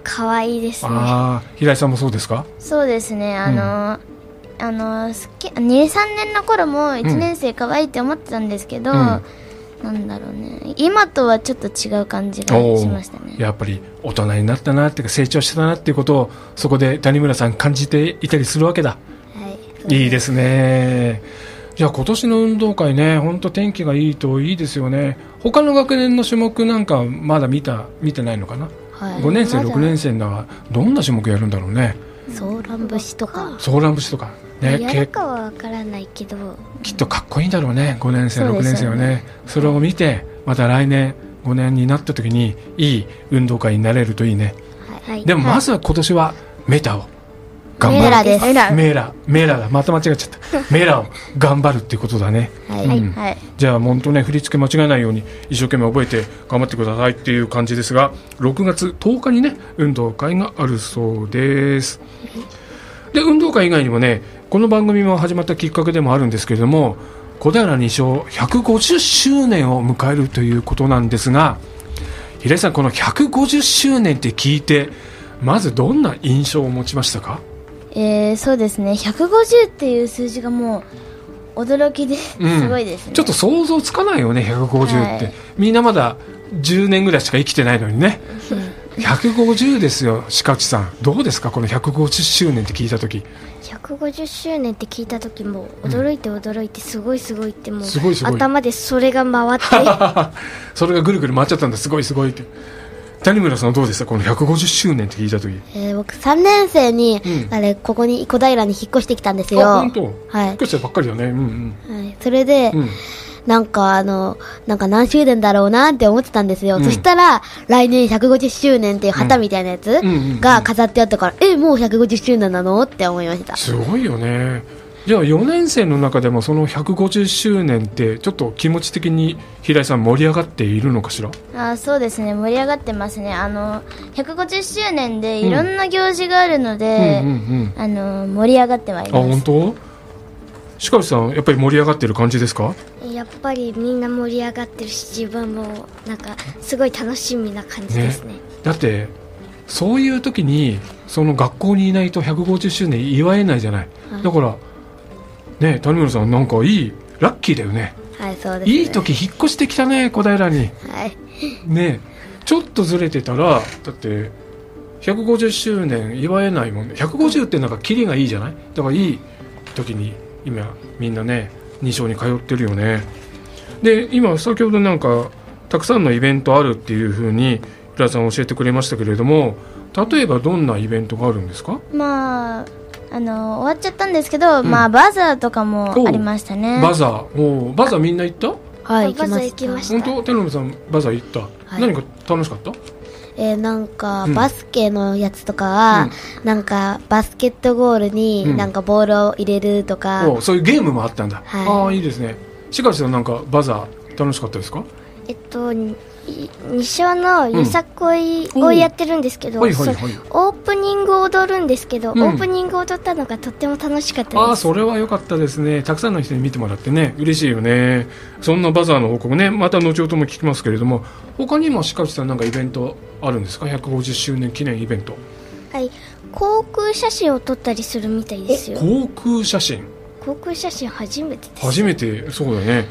Speaker 2: 可愛いですね
Speaker 1: ああ平井さんもそうですか
Speaker 5: そうですねあの、あのすっき23年の頃も1年生可愛いって思ってたんですけど、
Speaker 1: うん
Speaker 5: なんだろうね今とはちょっと違う感じが
Speaker 1: おー
Speaker 5: しましたね
Speaker 1: やっぱり大人になったなっていうか成長したなっていうことをそこで谷村さん感じていたりするわけだ
Speaker 3: はい
Speaker 1: いいですねじゃあ今年の運動会ね本当天気がいいといいですよね他の学年の種目なんかまだ見た見てないのかな
Speaker 3: はい
Speaker 1: 5年生
Speaker 2: まだ
Speaker 1: 6年生ならどんな種目やるんだろうね
Speaker 3: ソーラン節とか
Speaker 1: ソーラン節とかね
Speaker 2: や
Speaker 1: け
Speaker 2: るかはわからないけど
Speaker 1: きっとかっこいいんだろうね5年生
Speaker 5: そう
Speaker 1: 6
Speaker 5: ですよ
Speaker 1: 年
Speaker 5: ね
Speaker 1: 生はねそれを見てまた来年5年になった時にいい運動会になれるといいね
Speaker 2: はい
Speaker 1: でもまずは今年はメタを頑張る
Speaker 3: メラです
Speaker 1: メラメラだまた間違っち ゃったメラを頑張るっていうことだね、
Speaker 3: はい
Speaker 1: うん
Speaker 5: はい
Speaker 1: じゃあ本当ね振り付け間違えないように一生懸命覚えて頑張ってくださいっていう感じですが6月10日にね運動会があるそうですで運動会以外にもねこの番組も始まったきっかけでもあるんですけれども小平二章150周年を迎えるということなんですが平井さんこの150周年って聞いてまずどんな印象を持ちましたか
Speaker 5: えー、そうですね150っていう数字がもう驚きです
Speaker 1: うん
Speaker 5: ごいですね、
Speaker 1: ちょっと想像つかないよね150って、
Speaker 5: はい
Speaker 1: みんなまだ10年ぐらいしか生きてないのに ね150ですよ鹿内さんどうですかこの150周年って聞いた時
Speaker 2: 150周年って聞いた時も驚いて驚いてすごいすごいってもう
Speaker 1: すごいすごい
Speaker 2: 頭でそれが回って
Speaker 1: それがぐるぐる回っちゃったんだすごいすごいって谷村さんどうでしたこの150周年って聞いた時
Speaker 3: えー僕3年生に、
Speaker 1: うん
Speaker 3: あれここに小平に引っ越してきたんですよ
Speaker 1: あ本当
Speaker 3: はい
Speaker 1: 引っ越したばっかりだねうん
Speaker 3: はい、それで、
Speaker 1: うんうん
Speaker 2: なんかあの、なんか何周年だろうなって思ってたんですよ。
Speaker 6: うん
Speaker 2: そしたら、来年150周年っていう旗みたいなやつ
Speaker 6: うんうんうん
Speaker 2: が飾ってあったから、え、もう150周年なのって思いました。
Speaker 1: すごいよねじゃあ4年生の中でもその150周年ってちょっと気持ち的に平井さん盛り上がっているのかしら
Speaker 5: あーそうですね盛り上がってますねあの150周年でいろんな行事があるので、
Speaker 1: うんうん
Speaker 5: あの盛り上がってはい
Speaker 1: あ
Speaker 5: ま
Speaker 1: 本
Speaker 5: す
Speaker 1: 当しかしさんやっぱり盛り上がってる感じですか
Speaker 7: やっぱりみんな盛り上がってるし自分もなんかすごい楽しみな感じですね
Speaker 1: だってそういう時にその学校にいないと150周年祝えないじゃない、だからね谷村さんなんかいいラッキーだよね
Speaker 2: はい、そうです、ね。
Speaker 1: いい時引っ越してきたね小平に
Speaker 2: はい。
Speaker 1: ねちょっとずれてたらだって150周年祝えないもんね150ってなんかキリがいいじゃないだからいい時に今みんなね2章に通ってるよねで今先ほどなんかたくさんのイベントあるっていうふうに浦田さん教えてくれましたけれども例えばどんなイベントがあるんですか、
Speaker 5: まああの終わっちゃったんですけど、
Speaker 1: ん
Speaker 5: まあバザーとかもありましたね
Speaker 1: バザーおーバザーみんな行った
Speaker 2: は
Speaker 7: ま
Speaker 2: い、行きま
Speaker 7: ず
Speaker 2: し
Speaker 7: 行きま
Speaker 2: た。
Speaker 7: した
Speaker 1: 本当天海さんバザー行った、
Speaker 2: い
Speaker 1: 何か楽しかった
Speaker 2: えーなんか、
Speaker 1: うん
Speaker 2: バスケのやつとかは、なんか、バスケットゴール
Speaker 1: う
Speaker 2: に
Speaker 1: ん
Speaker 2: なんかボールを入れるとか、
Speaker 1: おそういうゲームもあったんだ、
Speaker 2: はい
Speaker 1: ああいいですねしかしさんなんかバザー楽しかったですか
Speaker 7: えっとに西尾のよさこいをやってるんですけど、
Speaker 1: はいはい
Speaker 7: そ
Speaker 1: は
Speaker 7: う
Speaker 1: い
Speaker 7: オープニングを踊るんですけど、
Speaker 1: うん
Speaker 7: オープニングを踊ったのがとっても楽しかったです
Speaker 1: ああそれは良かったですねたくさんの人に見てもらってね嬉しいよねそんなバザーの報告ねまた後ほども聞きますけれども他にもしかしさんなんかイベントあるんですか150周年記念イベント
Speaker 7: はい、航空写真を撮ったりするみたいですよ
Speaker 1: 航空写真
Speaker 7: 航空写真初めてです
Speaker 1: 初めてそうだね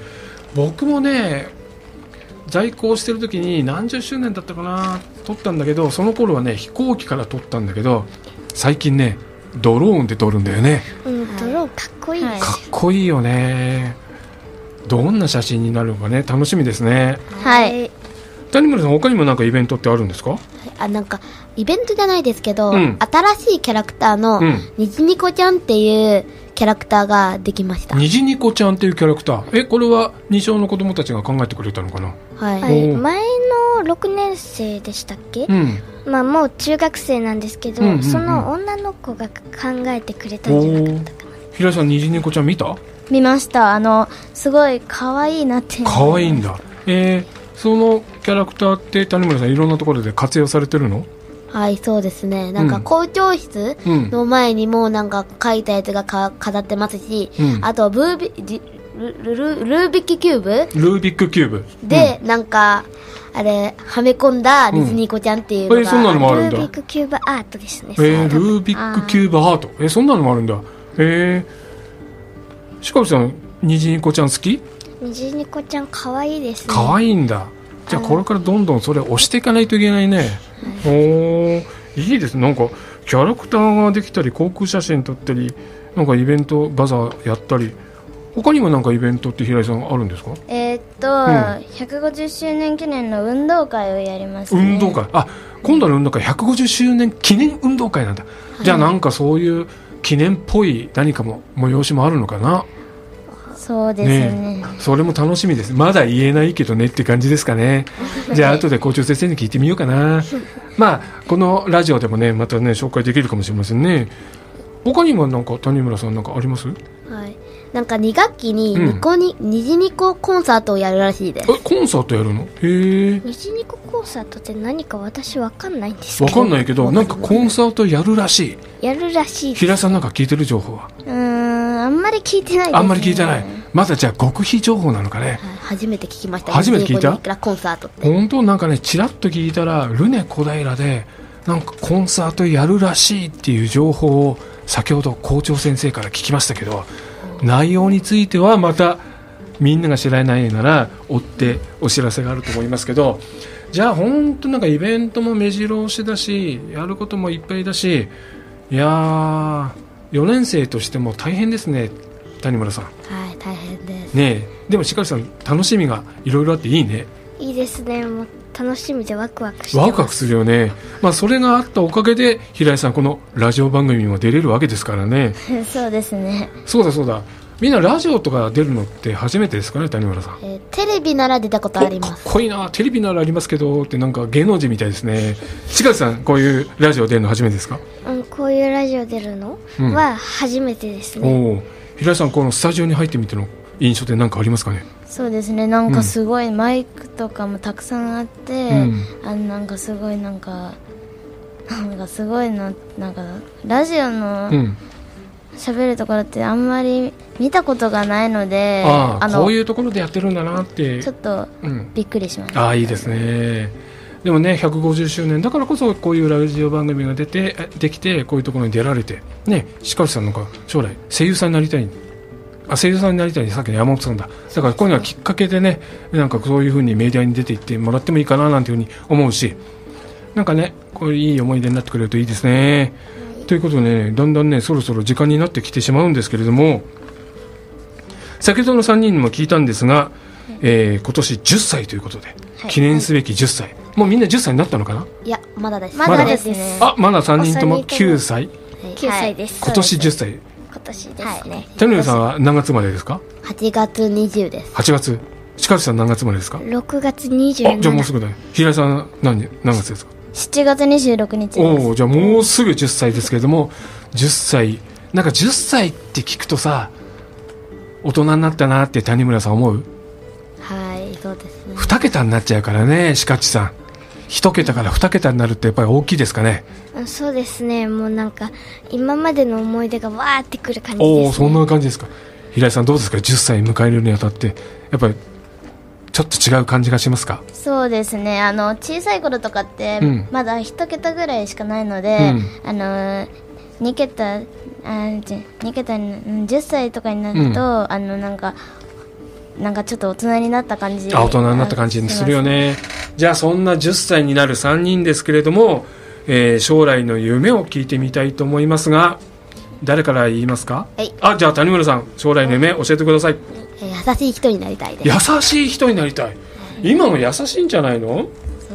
Speaker 1: 僕もね在校してる時に何十周年だったかな撮ったんだけどその頃はね飛行機から撮ったんだけど最近ねドローンで撮るんだよね
Speaker 7: うん、ドローンかっこいいですよ、
Speaker 1: かっこいいよねどんな写真になるのかね楽しみですね
Speaker 5: はい
Speaker 1: 谷村さん他にもなんかイベントってあるんですか
Speaker 2: あなんかイベントじゃないですけど、
Speaker 1: うん
Speaker 2: 新しいキャラクターの、
Speaker 1: うん
Speaker 2: にじにこちゃんっていうキャラクターができました。
Speaker 1: にじにこちゃんっていうキャラクターえこれは二小の子供たちが考えてくれたのかな
Speaker 2: はい。
Speaker 7: はい
Speaker 1: おー
Speaker 7: 前の6年生でしたっけ、
Speaker 1: うん
Speaker 7: まあもう中学生なんですけど、
Speaker 1: うんうんうん
Speaker 7: その女の子が考えてくれたん
Speaker 1: お
Speaker 7: じゃなか
Speaker 1: ー平井さんにじにこちゃん見た
Speaker 5: 見ましたあのすごい可愛いなって
Speaker 1: 可愛いんだえー、そのキャラクターって谷村さんいろんなところで活用されてるの
Speaker 2: はい、そうですね。なん
Speaker 1: う
Speaker 2: か
Speaker 1: ん
Speaker 2: 校長室
Speaker 1: うん
Speaker 2: の前にもなんか書いたやつがか飾ってますし、
Speaker 1: うん
Speaker 2: あとブービじルルルルービックキューブ
Speaker 1: ルービックキューブ
Speaker 2: で、なんか、あれ、はめ込んだにじにこちゃんっていうのが、
Speaker 1: えーそんなのもあ
Speaker 7: ル
Speaker 1: るん
Speaker 7: ー
Speaker 1: だ
Speaker 7: ビックキューブアートですね、
Speaker 1: えー、ルービックキューブハートえーそんなのもあるんだえー、しかもさんにじにこちゃん好き
Speaker 7: にじにこちゃんかわいいですね
Speaker 1: 可愛いんだじゃあこれからどんどんそれ押していかないといけないねおーいいですねなんかキャラクターができたり航空写真撮ったりなんかイベントバザーやったり他にもなんかイベントって平井さんあるんですか
Speaker 5: えーっと、150周年記念の運動会をやります、ね、
Speaker 1: 運動会あ今度の運動会150周年記念運動会なんだ、じゃあなんかそういう記念っぽい何かも催しもあるのかな
Speaker 5: そうですね
Speaker 1: えそれも楽しみですまだ言えないけどねって感じですかねじゃあ後で校長先生に聞いてみようかなまあこのラジオでもねまたね紹介できるかもしれませんね他にもなんか谷村さんなんかありますえ
Speaker 2: はい。なんか2学期に
Speaker 1: うん
Speaker 2: ニコに、にじにこコンサートをやるらしいです。
Speaker 1: コンサートやるのへえ
Speaker 7: にじにこコンサートって何か私わかんないんです
Speaker 1: わ
Speaker 7: けど
Speaker 1: かんないけどなんかコンサートやるらし
Speaker 7: やるらしい
Speaker 1: い
Speaker 7: です
Speaker 1: 平井さんなんか聞いてる情報は
Speaker 5: うーんあんまり聞いてないです、ね、
Speaker 1: あんまり聞いてないまだじゃあ極秘情報なのかね
Speaker 2: はい初めて聞きました。
Speaker 1: 初めて聞いた
Speaker 2: にじにこコンサートって。
Speaker 1: 本当なんかねちらっと聞いたらルネ小平でなんかコンサートやるらしいっていう情報を先ほど校長先生から聞きましたけど内容についてはまたみんなが知らないなら追ってお知らせがあると思いますけどじゃあ本当なんかイベントも目白押しだしやることもいっぱいだしいやー4年生としても大変ですね谷村さん
Speaker 2: はい、大変です。
Speaker 1: ねえでもしかりさん楽しみがいろいろあっていいね
Speaker 7: いいですねもう楽しみでワクワクしてます
Speaker 1: ワクワクするよね、まあ、それがあったおかげで平井さんこのラジオ番組にも出れるわけですからね
Speaker 5: そうですね
Speaker 1: そうだそうだみんなラジオとか出るのって初めてですかね谷村さん
Speaker 2: えーテレビなら出たことあり
Speaker 1: おか
Speaker 2: ま
Speaker 1: っ
Speaker 2: す
Speaker 1: こいいなテレビならありますけどってなんか芸能人みたいですね近瀬さんこういうラジオ出るの初めてですか、
Speaker 8: うん、こういうラジオ出るの、
Speaker 1: うん
Speaker 8: は初めてです
Speaker 1: お
Speaker 8: ね。
Speaker 1: お平井さんこのスタジオに入ってみての印象って何かありますかね
Speaker 5: そうですねなんかすごいマイクとかもたくさんあって、
Speaker 1: うん
Speaker 5: あのなんかすごいなんかなんかすごいななんかラジオの
Speaker 1: うん
Speaker 5: 喋るところってあんまり見たことがないので、
Speaker 1: ああ
Speaker 5: の
Speaker 1: こういうところでやってるんだなって
Speaker 5: ちょっと
Speaker 1: うん、
Speaker 5: びっくりしました
Speaker 1: ああいいですねでもね150周年だからこそこういうラジオ番組が出てえできてこういうところに出られてねしかしさんなんか将来声優さんになりたいあ声優さんになりたいさっきの山本さんだだからこういうのはきっかけでねなんかそういうふうにメディアに出ていってもらってもいいかななんていうふうに思うしなんかねこういういい思い出になってくれるといいですね、ということでねだんだんねそろそろ時間になってきてしまうんですけれども先ほどの3人にも聞いたんですが、えー今年10歳ということで、記念すべき10歳、もうみんな10歳になったのかな、
Speaker 2: いやまだです
Speaker 5: まだですね
Speaker 1: あまだ3人とも
Speaker 8: お三人とも
Speaker 1: 9歳
Speaker 8: 9歳です。
Speaker 1: 今年10歳
Speaker 8: 今年ですね。
Speaker 1: 谷村さんは何月までですか
Speaker 2: 8月20です
Speaker 1: 8月近くさん何月までですか
Speaker 8: 6月
Speaker 1: あじゃあもう
Speaker 8: 27
Speaker 1: すぐだよ平井さん何何月ですか
Speaker 5: 7月26日です
Speaker 1: おおじゃあもうすぐ10歳ですけれども10歳なんか10歳って聞くとさ大人になったなって谷村さん思う
Speaker 2: はいそうですね
Speaker 1: 2桁になっちゃうからねしかちさん1桁から2桁になるってやっぱり大きいですかね
Speaker 8: うんそうですね。もうなんか、今までの思い出がわーってくる感じです、ね。
Speaker 1: おおそんな感じですか平井さんどうですか10歳迎えるにあたってやっぱりちょっと違う感じがしますか
Speaker 5: そうですねあの小さい頃とかって、
Speaker 1: うん
Speaker 5: まだ1桁ぐらいしかないので、
Speaker 1: う
Speaker 5: あの2桁あじ2桁にうん10歳とかになると、
Speaker 1: う
Speaker 5: あのなんかなんかちょっと大人になった感じ
Speaker 1: あ大人になった感じにするよ
Speaker 5: ね
Speaker 1: ねじゃあそんな10歳になる3人ですけれども、えー将来の夢を聞いてみたいと思いますが誰から言いますか、
Speaker 2: はい
Speaker 1: あじゃあ谷村さん将来の夢教えてください
Speaker 2: えー優しい人になりたいです
Speaker 1: 優しい人になりたい今も優しいんじゃないの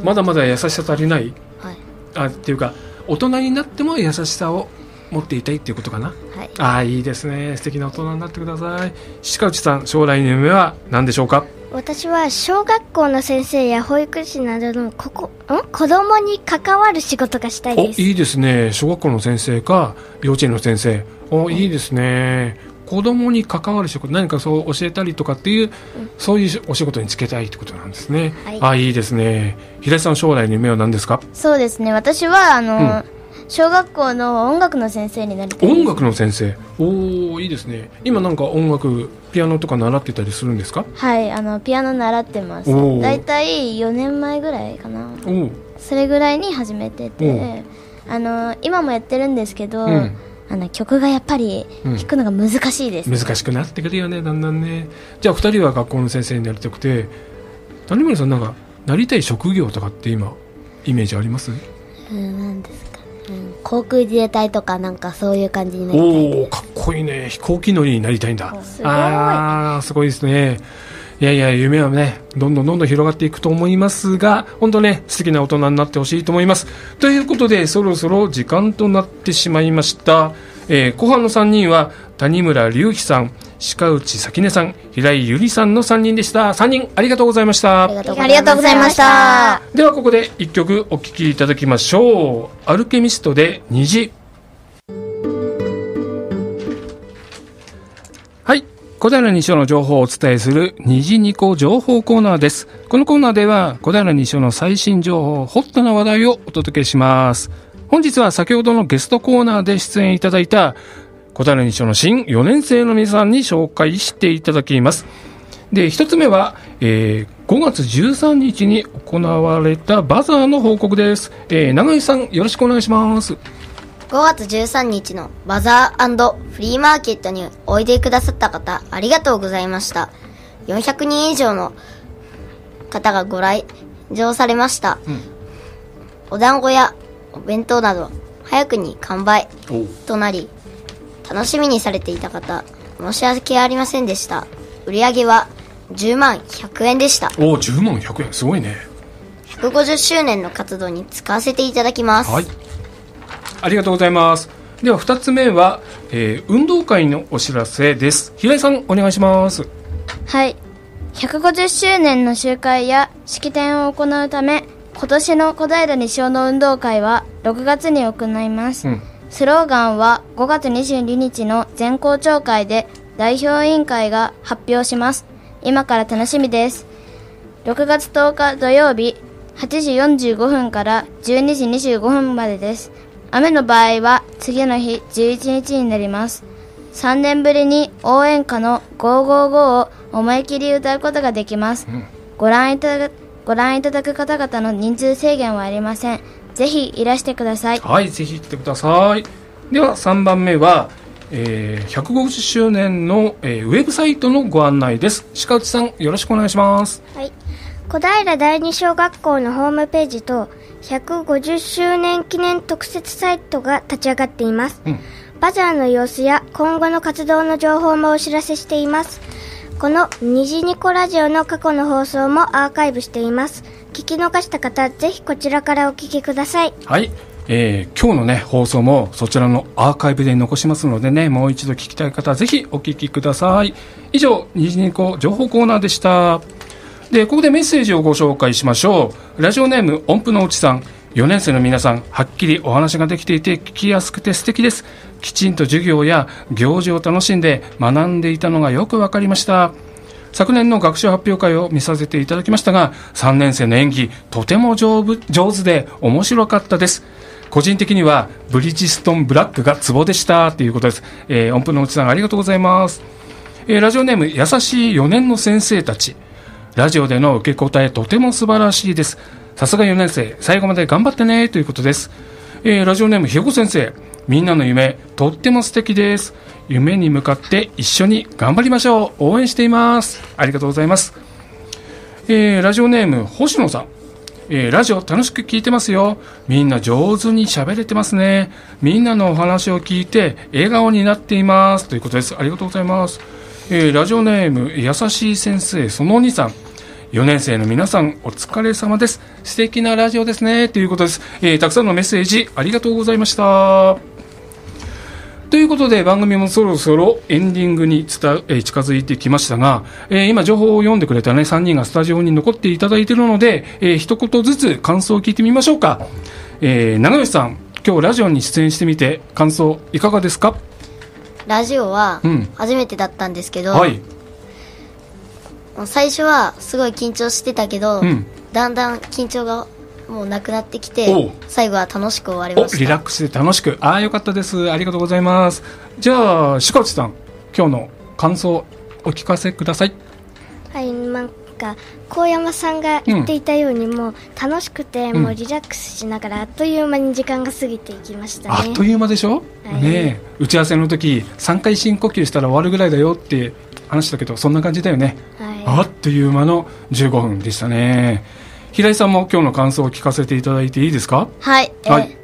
Speaker 1: まだまだ優しさ足りない
Speaker 2: はい
Speaker 1: あっていうか大人になっても優しさを持っていたいっていうことかな
Speaker 2: はい
Speaker 1: ああいいですね素敵な大人になってください鹿内さん将来の夢は何でしょうか
Speaker 8: 私は小学校の先生や保育士などのここん子供に関わる仕事がしたい
Speaker 1: お
Speaker 8: です
Speaker 1: いいですね小学校の先生か幼稚園の先生おいいですね子供に関わる仕事何かそう教えたりとかっていう、そういうお仕事に就けたいってことなんですね、
Speaker 8: はい
Speaker 1: あいいですね平井さん将来の夢は何ですか
Speaker 5: そうですね私はあの、小学校の音楽の先生になりたいです
Speaker 1: 音楽の先生おおいいですね今なんか音楽ピアノとか習ってたりするんですか
Speaker 5: はいあのピアノ習ってます
Speaker 1: おー
Speaker 5: だいたい4年前ぐらいかな
Speaker 1: おお
Speaker 5: それぐらいに始めてて、あの今もやってるんですけど、
Speaker 1: うん
Speaker 5: あの曲がやっぱり
Speaker 1: うん
Speaker 5: 弾くのが難しいです、
Speaker 1: 難しくなってくるよねだんだんねじゃあ2人は学校の先生になりたくて谷村さんなんかなりたい職業とかって今イメージあります
Speaker 2: うんなんですかね、うん、航空自衛隊とかなんかそういう感じになりたい
Speaker 1: おおかっこいいね飛行機乗りになりたいんだ
Speaker 5: すごい
Speaker 1: ああすごいですねいやいや夢はねどんどんどんどん広がっていくと思いますが本当ね素敵な大人になってほしいと思いますということでそろそろ時間となってしまいました、えー後半の3人は谷村隆樹さん鹿内咲音さん平井ゆりさんの3人でした3人ありがとうございました
Speaker 2: ありがとうございました
Speaker 1: ではここで一曲お聴きいただきましょう「アルケミスト」で「虹」はい小平西署の情報をお伝えする「虹ニコ情報コーナー」ですこのコーナーでは小平西署の最新情報ホットな話題をお届けします本日は先ほどのゲストコーナーで出演いただいた小平西署の新4年生の皆さんに紹介していただきますで一つ目は、えー5月13日に行われたバザーの報告です、えー長井さんよろしくお願いします
Speaker 2: 5月13日のバザーフリーマーケットにおいでくださった方ありがとうございました400人以上の方がご来場されました、お団子やお弁当など早くに完売となり楽しみにされていた方申し訳ありませんでした売り上げは10万100円でした
Speaker 1: おお10万100円すごいね
Speaker 2: 150周年の活動に使わせていただきます、
Speaker 1: はいありがとうございますでは2つ目は、えー運動会のお知らせです平井さんお願いします
Speaker 5: はい150周年の集会や式典を行うため今年の小平西尾の運動会は6月に行います、
Speaker 1: うん
Speaker 5: スローガンは5月22日の全校長会で代表委員会が発表します今から楽しみです6月10日土曜日8時45分から12時25分までです雨の場合は次の日11日になります3年ぶりに応援歌の「555」を思い切り歌うことができます、ご覧いただご覧いただく方々の人数制限はありませんぜひいらしてください
Speaker 1: はいぜひ来てくださいでは3番目は、えー150周年の、えーウェブサイトのご案内です鹿内さんよろしくお願いします
Speaker 4: はい、小平第二小学校のホームページと150周年記念特設サイトが立ち上がっています、
Speaker 1: うん
Speaker 4: バザーの様子や今後の活動の情報もお知らせしていますこの「にじにこラジオ」の過去の放送もアーカイブしています聞き逃した方ぜひこちらからお聞きください
Speaker 1: はい、えー今日のね放送もそちらのアーカイブで残しますのでねもう一度聞きたい方はぜひお聞きください以上にじにこ情報コーナーでしたでここでメッセージをご紹介しましょうラジオネーム音符のうちさん4年生の皆さんはっきりお話ができていて聞きやすくて素敵ですきちんと授業や行事を楽しんで学んでいたのがよくわかりました昨年の学習発表会を見させていただきましたが3年生の演技とても上手上手で面白かったです個人的にはブリヂストンブラックがツボでしたということです、えー音符のうちさんありがとうございます、えーラジオネーム優しい4年の先生たちラジオでの受け答えとても素晴らしいです。さすが4年生、最後まで頑張ってねということです。えーラジオネームひよこ先生、みんなの夢、とっても素敵です。夢に向かって一緒に頑張りましょう。応援しています。ありがとうございます。えーラジオネーム星野さん、えーラジオ楽しく聞いてますよみんな上手に喋れてますねみんなのお話を聞いて笑顔になっていますということですありがとうございます、えーラジオネーム優しい先生その2さん4年生の皆さんお疲れ様です素敵なラジオですねということです、えーたくさんのメッセージありがとうございましたということで番組もそろそろエンディングにつた、えー近づいてきましたが、えー今情報を読んでくれたね3人がスタジオに残っていただいているので、えー一言ずつ感想を聞いてみましょうか、えー長吉さん今日ラジオに出演してみて感想いかがですか
Speaker 2: ラジオは
Speaker 1: うん
Speaker 2: 初めてだったんですけど、
Speaker 1: はい
Speaker 2: 最初はすごい緊張してたけど、
Speaker 1: うん
Speaker 2: だんだん緊張がもうなくなってき
Speaker 1: おう
Speaker 2: て最後は楽しく終わり
Speaker 1: お
Speaker 2: まし
Speaker 1: リ
Speaker 2: た
Speaker 1: ラックスで楽しくああよかったですありがとうございますじゃあ鹿内さん今日の感想お聞かせください
Speaker 4: はいなんか高山さんが言っていたように、もう楽しくて、
Speaker 1: うん
Speaker 4: もうリラックスしながらあっという間に時間が過ぎていきましたね
Speaker 1: あっという間でしょ、
Speaker 4: はい
Speaker 1: ねえ打ち合わせの時3回深呼吸したら終わるぐらいだよって話したけどそんな感じだよね、
Speaker 4: はい
Speaker 1: あっという間の15分でしたね平井さんも今日の感想を聞かせていただいていいですか
Speaker 5: はい、えー
Speaker 1: はい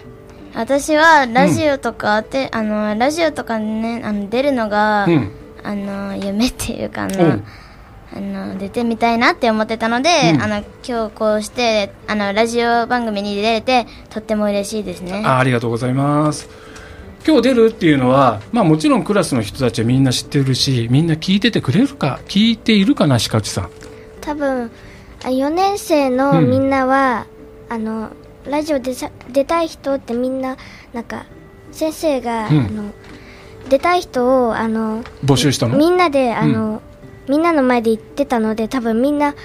Speaker 5: 私はラジオとかて、あのラジオとかねあの出るのが、
Speaker 1: うん
Speaker 5: あの夢っていうかあ
Speaker 1: う
Speaker 5: の
Speaker 1: ん
Speaker 5: あの出てみたいなって思ってたので、
Speaker 1: うん
Speaker 5: あの今日こうしてあのラジオ番組に出れてとっても嬉しいですね
Speaker 1: あありがとうございます今日出るっていうのは、まあ、もちろんクラスの人たちはみんな知ってるしみんな聞いててくれるか聞いているかな鹿内さん
Speaker 4: 多分あ4年生のみんなは、あのラジオでさ出たい人ってみんななんか先生が、
Speaker 1: うん
Speaker 4: あの出たい人をあの
Speaker 1: 募集したの
Speaker 4: みんなであの、みんなの前で言ってたので多分みんな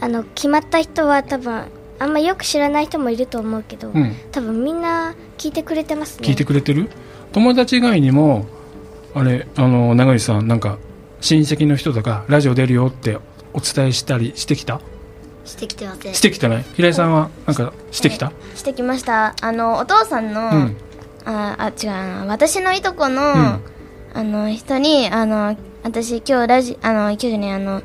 Speaker 4: あの決まった人は多分あんまよく知らない人もいると思うけど、
Speaker 1: うん
Speaker 4: 多分みんな聞いてくれてますね
Speaker 1: 聞いてくれてる友達以外にもあれあの長井さんなんか親戚の人とかラジオ出るよってお伝えしたりしてきた
Speaker 2: してきてません
Speaker 1: してきたね平井さんはなんかしてきた、
Speaker 5: してきましたあのお父さんの、
Speaker 1: うん
Speaker 5: ああ違うな私のいとこの、
Speaker 1: ん
Speaker 5: あの人にあの私今日ラジあの今日ねあの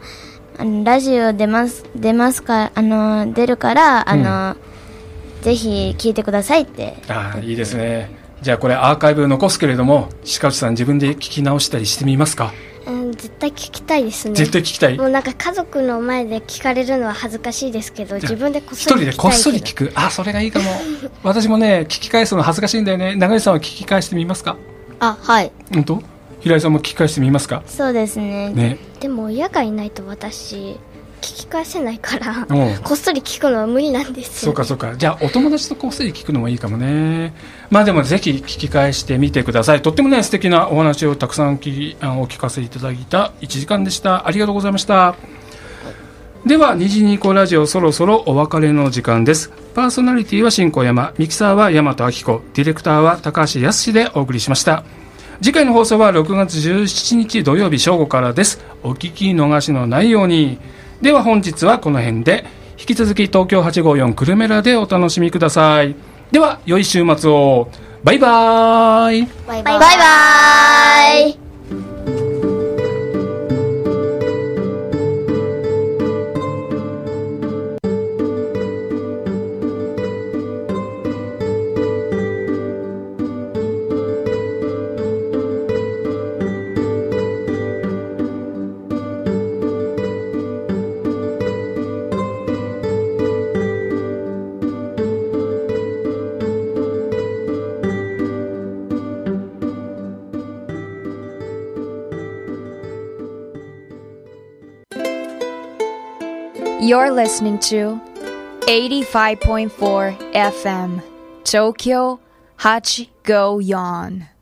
Speaker 5: あのラジオ出ます出ますかあの出るからあの、ぜひ聞いてくださいって
Speaker 1: ああいいですねじゃあこれアーカイブ残すけれども鹿内さん自分で聞き直したりしてみますか
Speaker 2: うん、絶対聞きたいですね
Speaker 1: 絶対聞きたい
Speaker 2: もうなんか家族の前で聞かれるのは恥ずかしいですけど
Speaker 1: じゃあ
Speaker 2: 自分でこっ
Speaker 1: 一
Speaker 2: そ
Speaker 1: 人
Speaker 2: り聞
Speaker 1: で
Speaker 2: き
Speaker 1: こ
Speaker 2: た
Speaker 1: っ
Speaker 2: いけど
Speaker 1: そり聞くあそれがいいかも私もね聞き返すの恥ずかしいんだよね長井さんは聞き返してみますか
Speaker 5: あはい
Speaker 1: 本当平井さんも聞き返してみますか
Speaker 5: そうですね
Speaker 1: ね
Speaker 2: でも親がいないと私聞き返せないから
Speaker 1: おう
Speaker 2: こっそり聞くのは無理なんです
Speaker 1: そう
Speaker 2: よ
Speaker 1: かそうかじゃあお友達とこっそり聞くのもいいかもねまあでもぜひ聞き返してみてくださいとってもね素敵なお話をたくさんきあのお聞かせいただいた1時間でしたありがとうございましたでは「虹ニコラジオ」そろそろお別れの時間ですパーソナリティは新小山ミキサーは大和明子ディレクターは高橋康でお送りしました次回の放送は6月17日土曜日正午からですお聞き逃しのないようにでは本日はこの辺で引き続き東京854クルメラでお楽しみくださいでは良い週末をバイバーイ
Speaker 9: バイバイ
Speaker 5: バイバイ
Speaker 10: 85.4 FM Tokyo Hachigoyon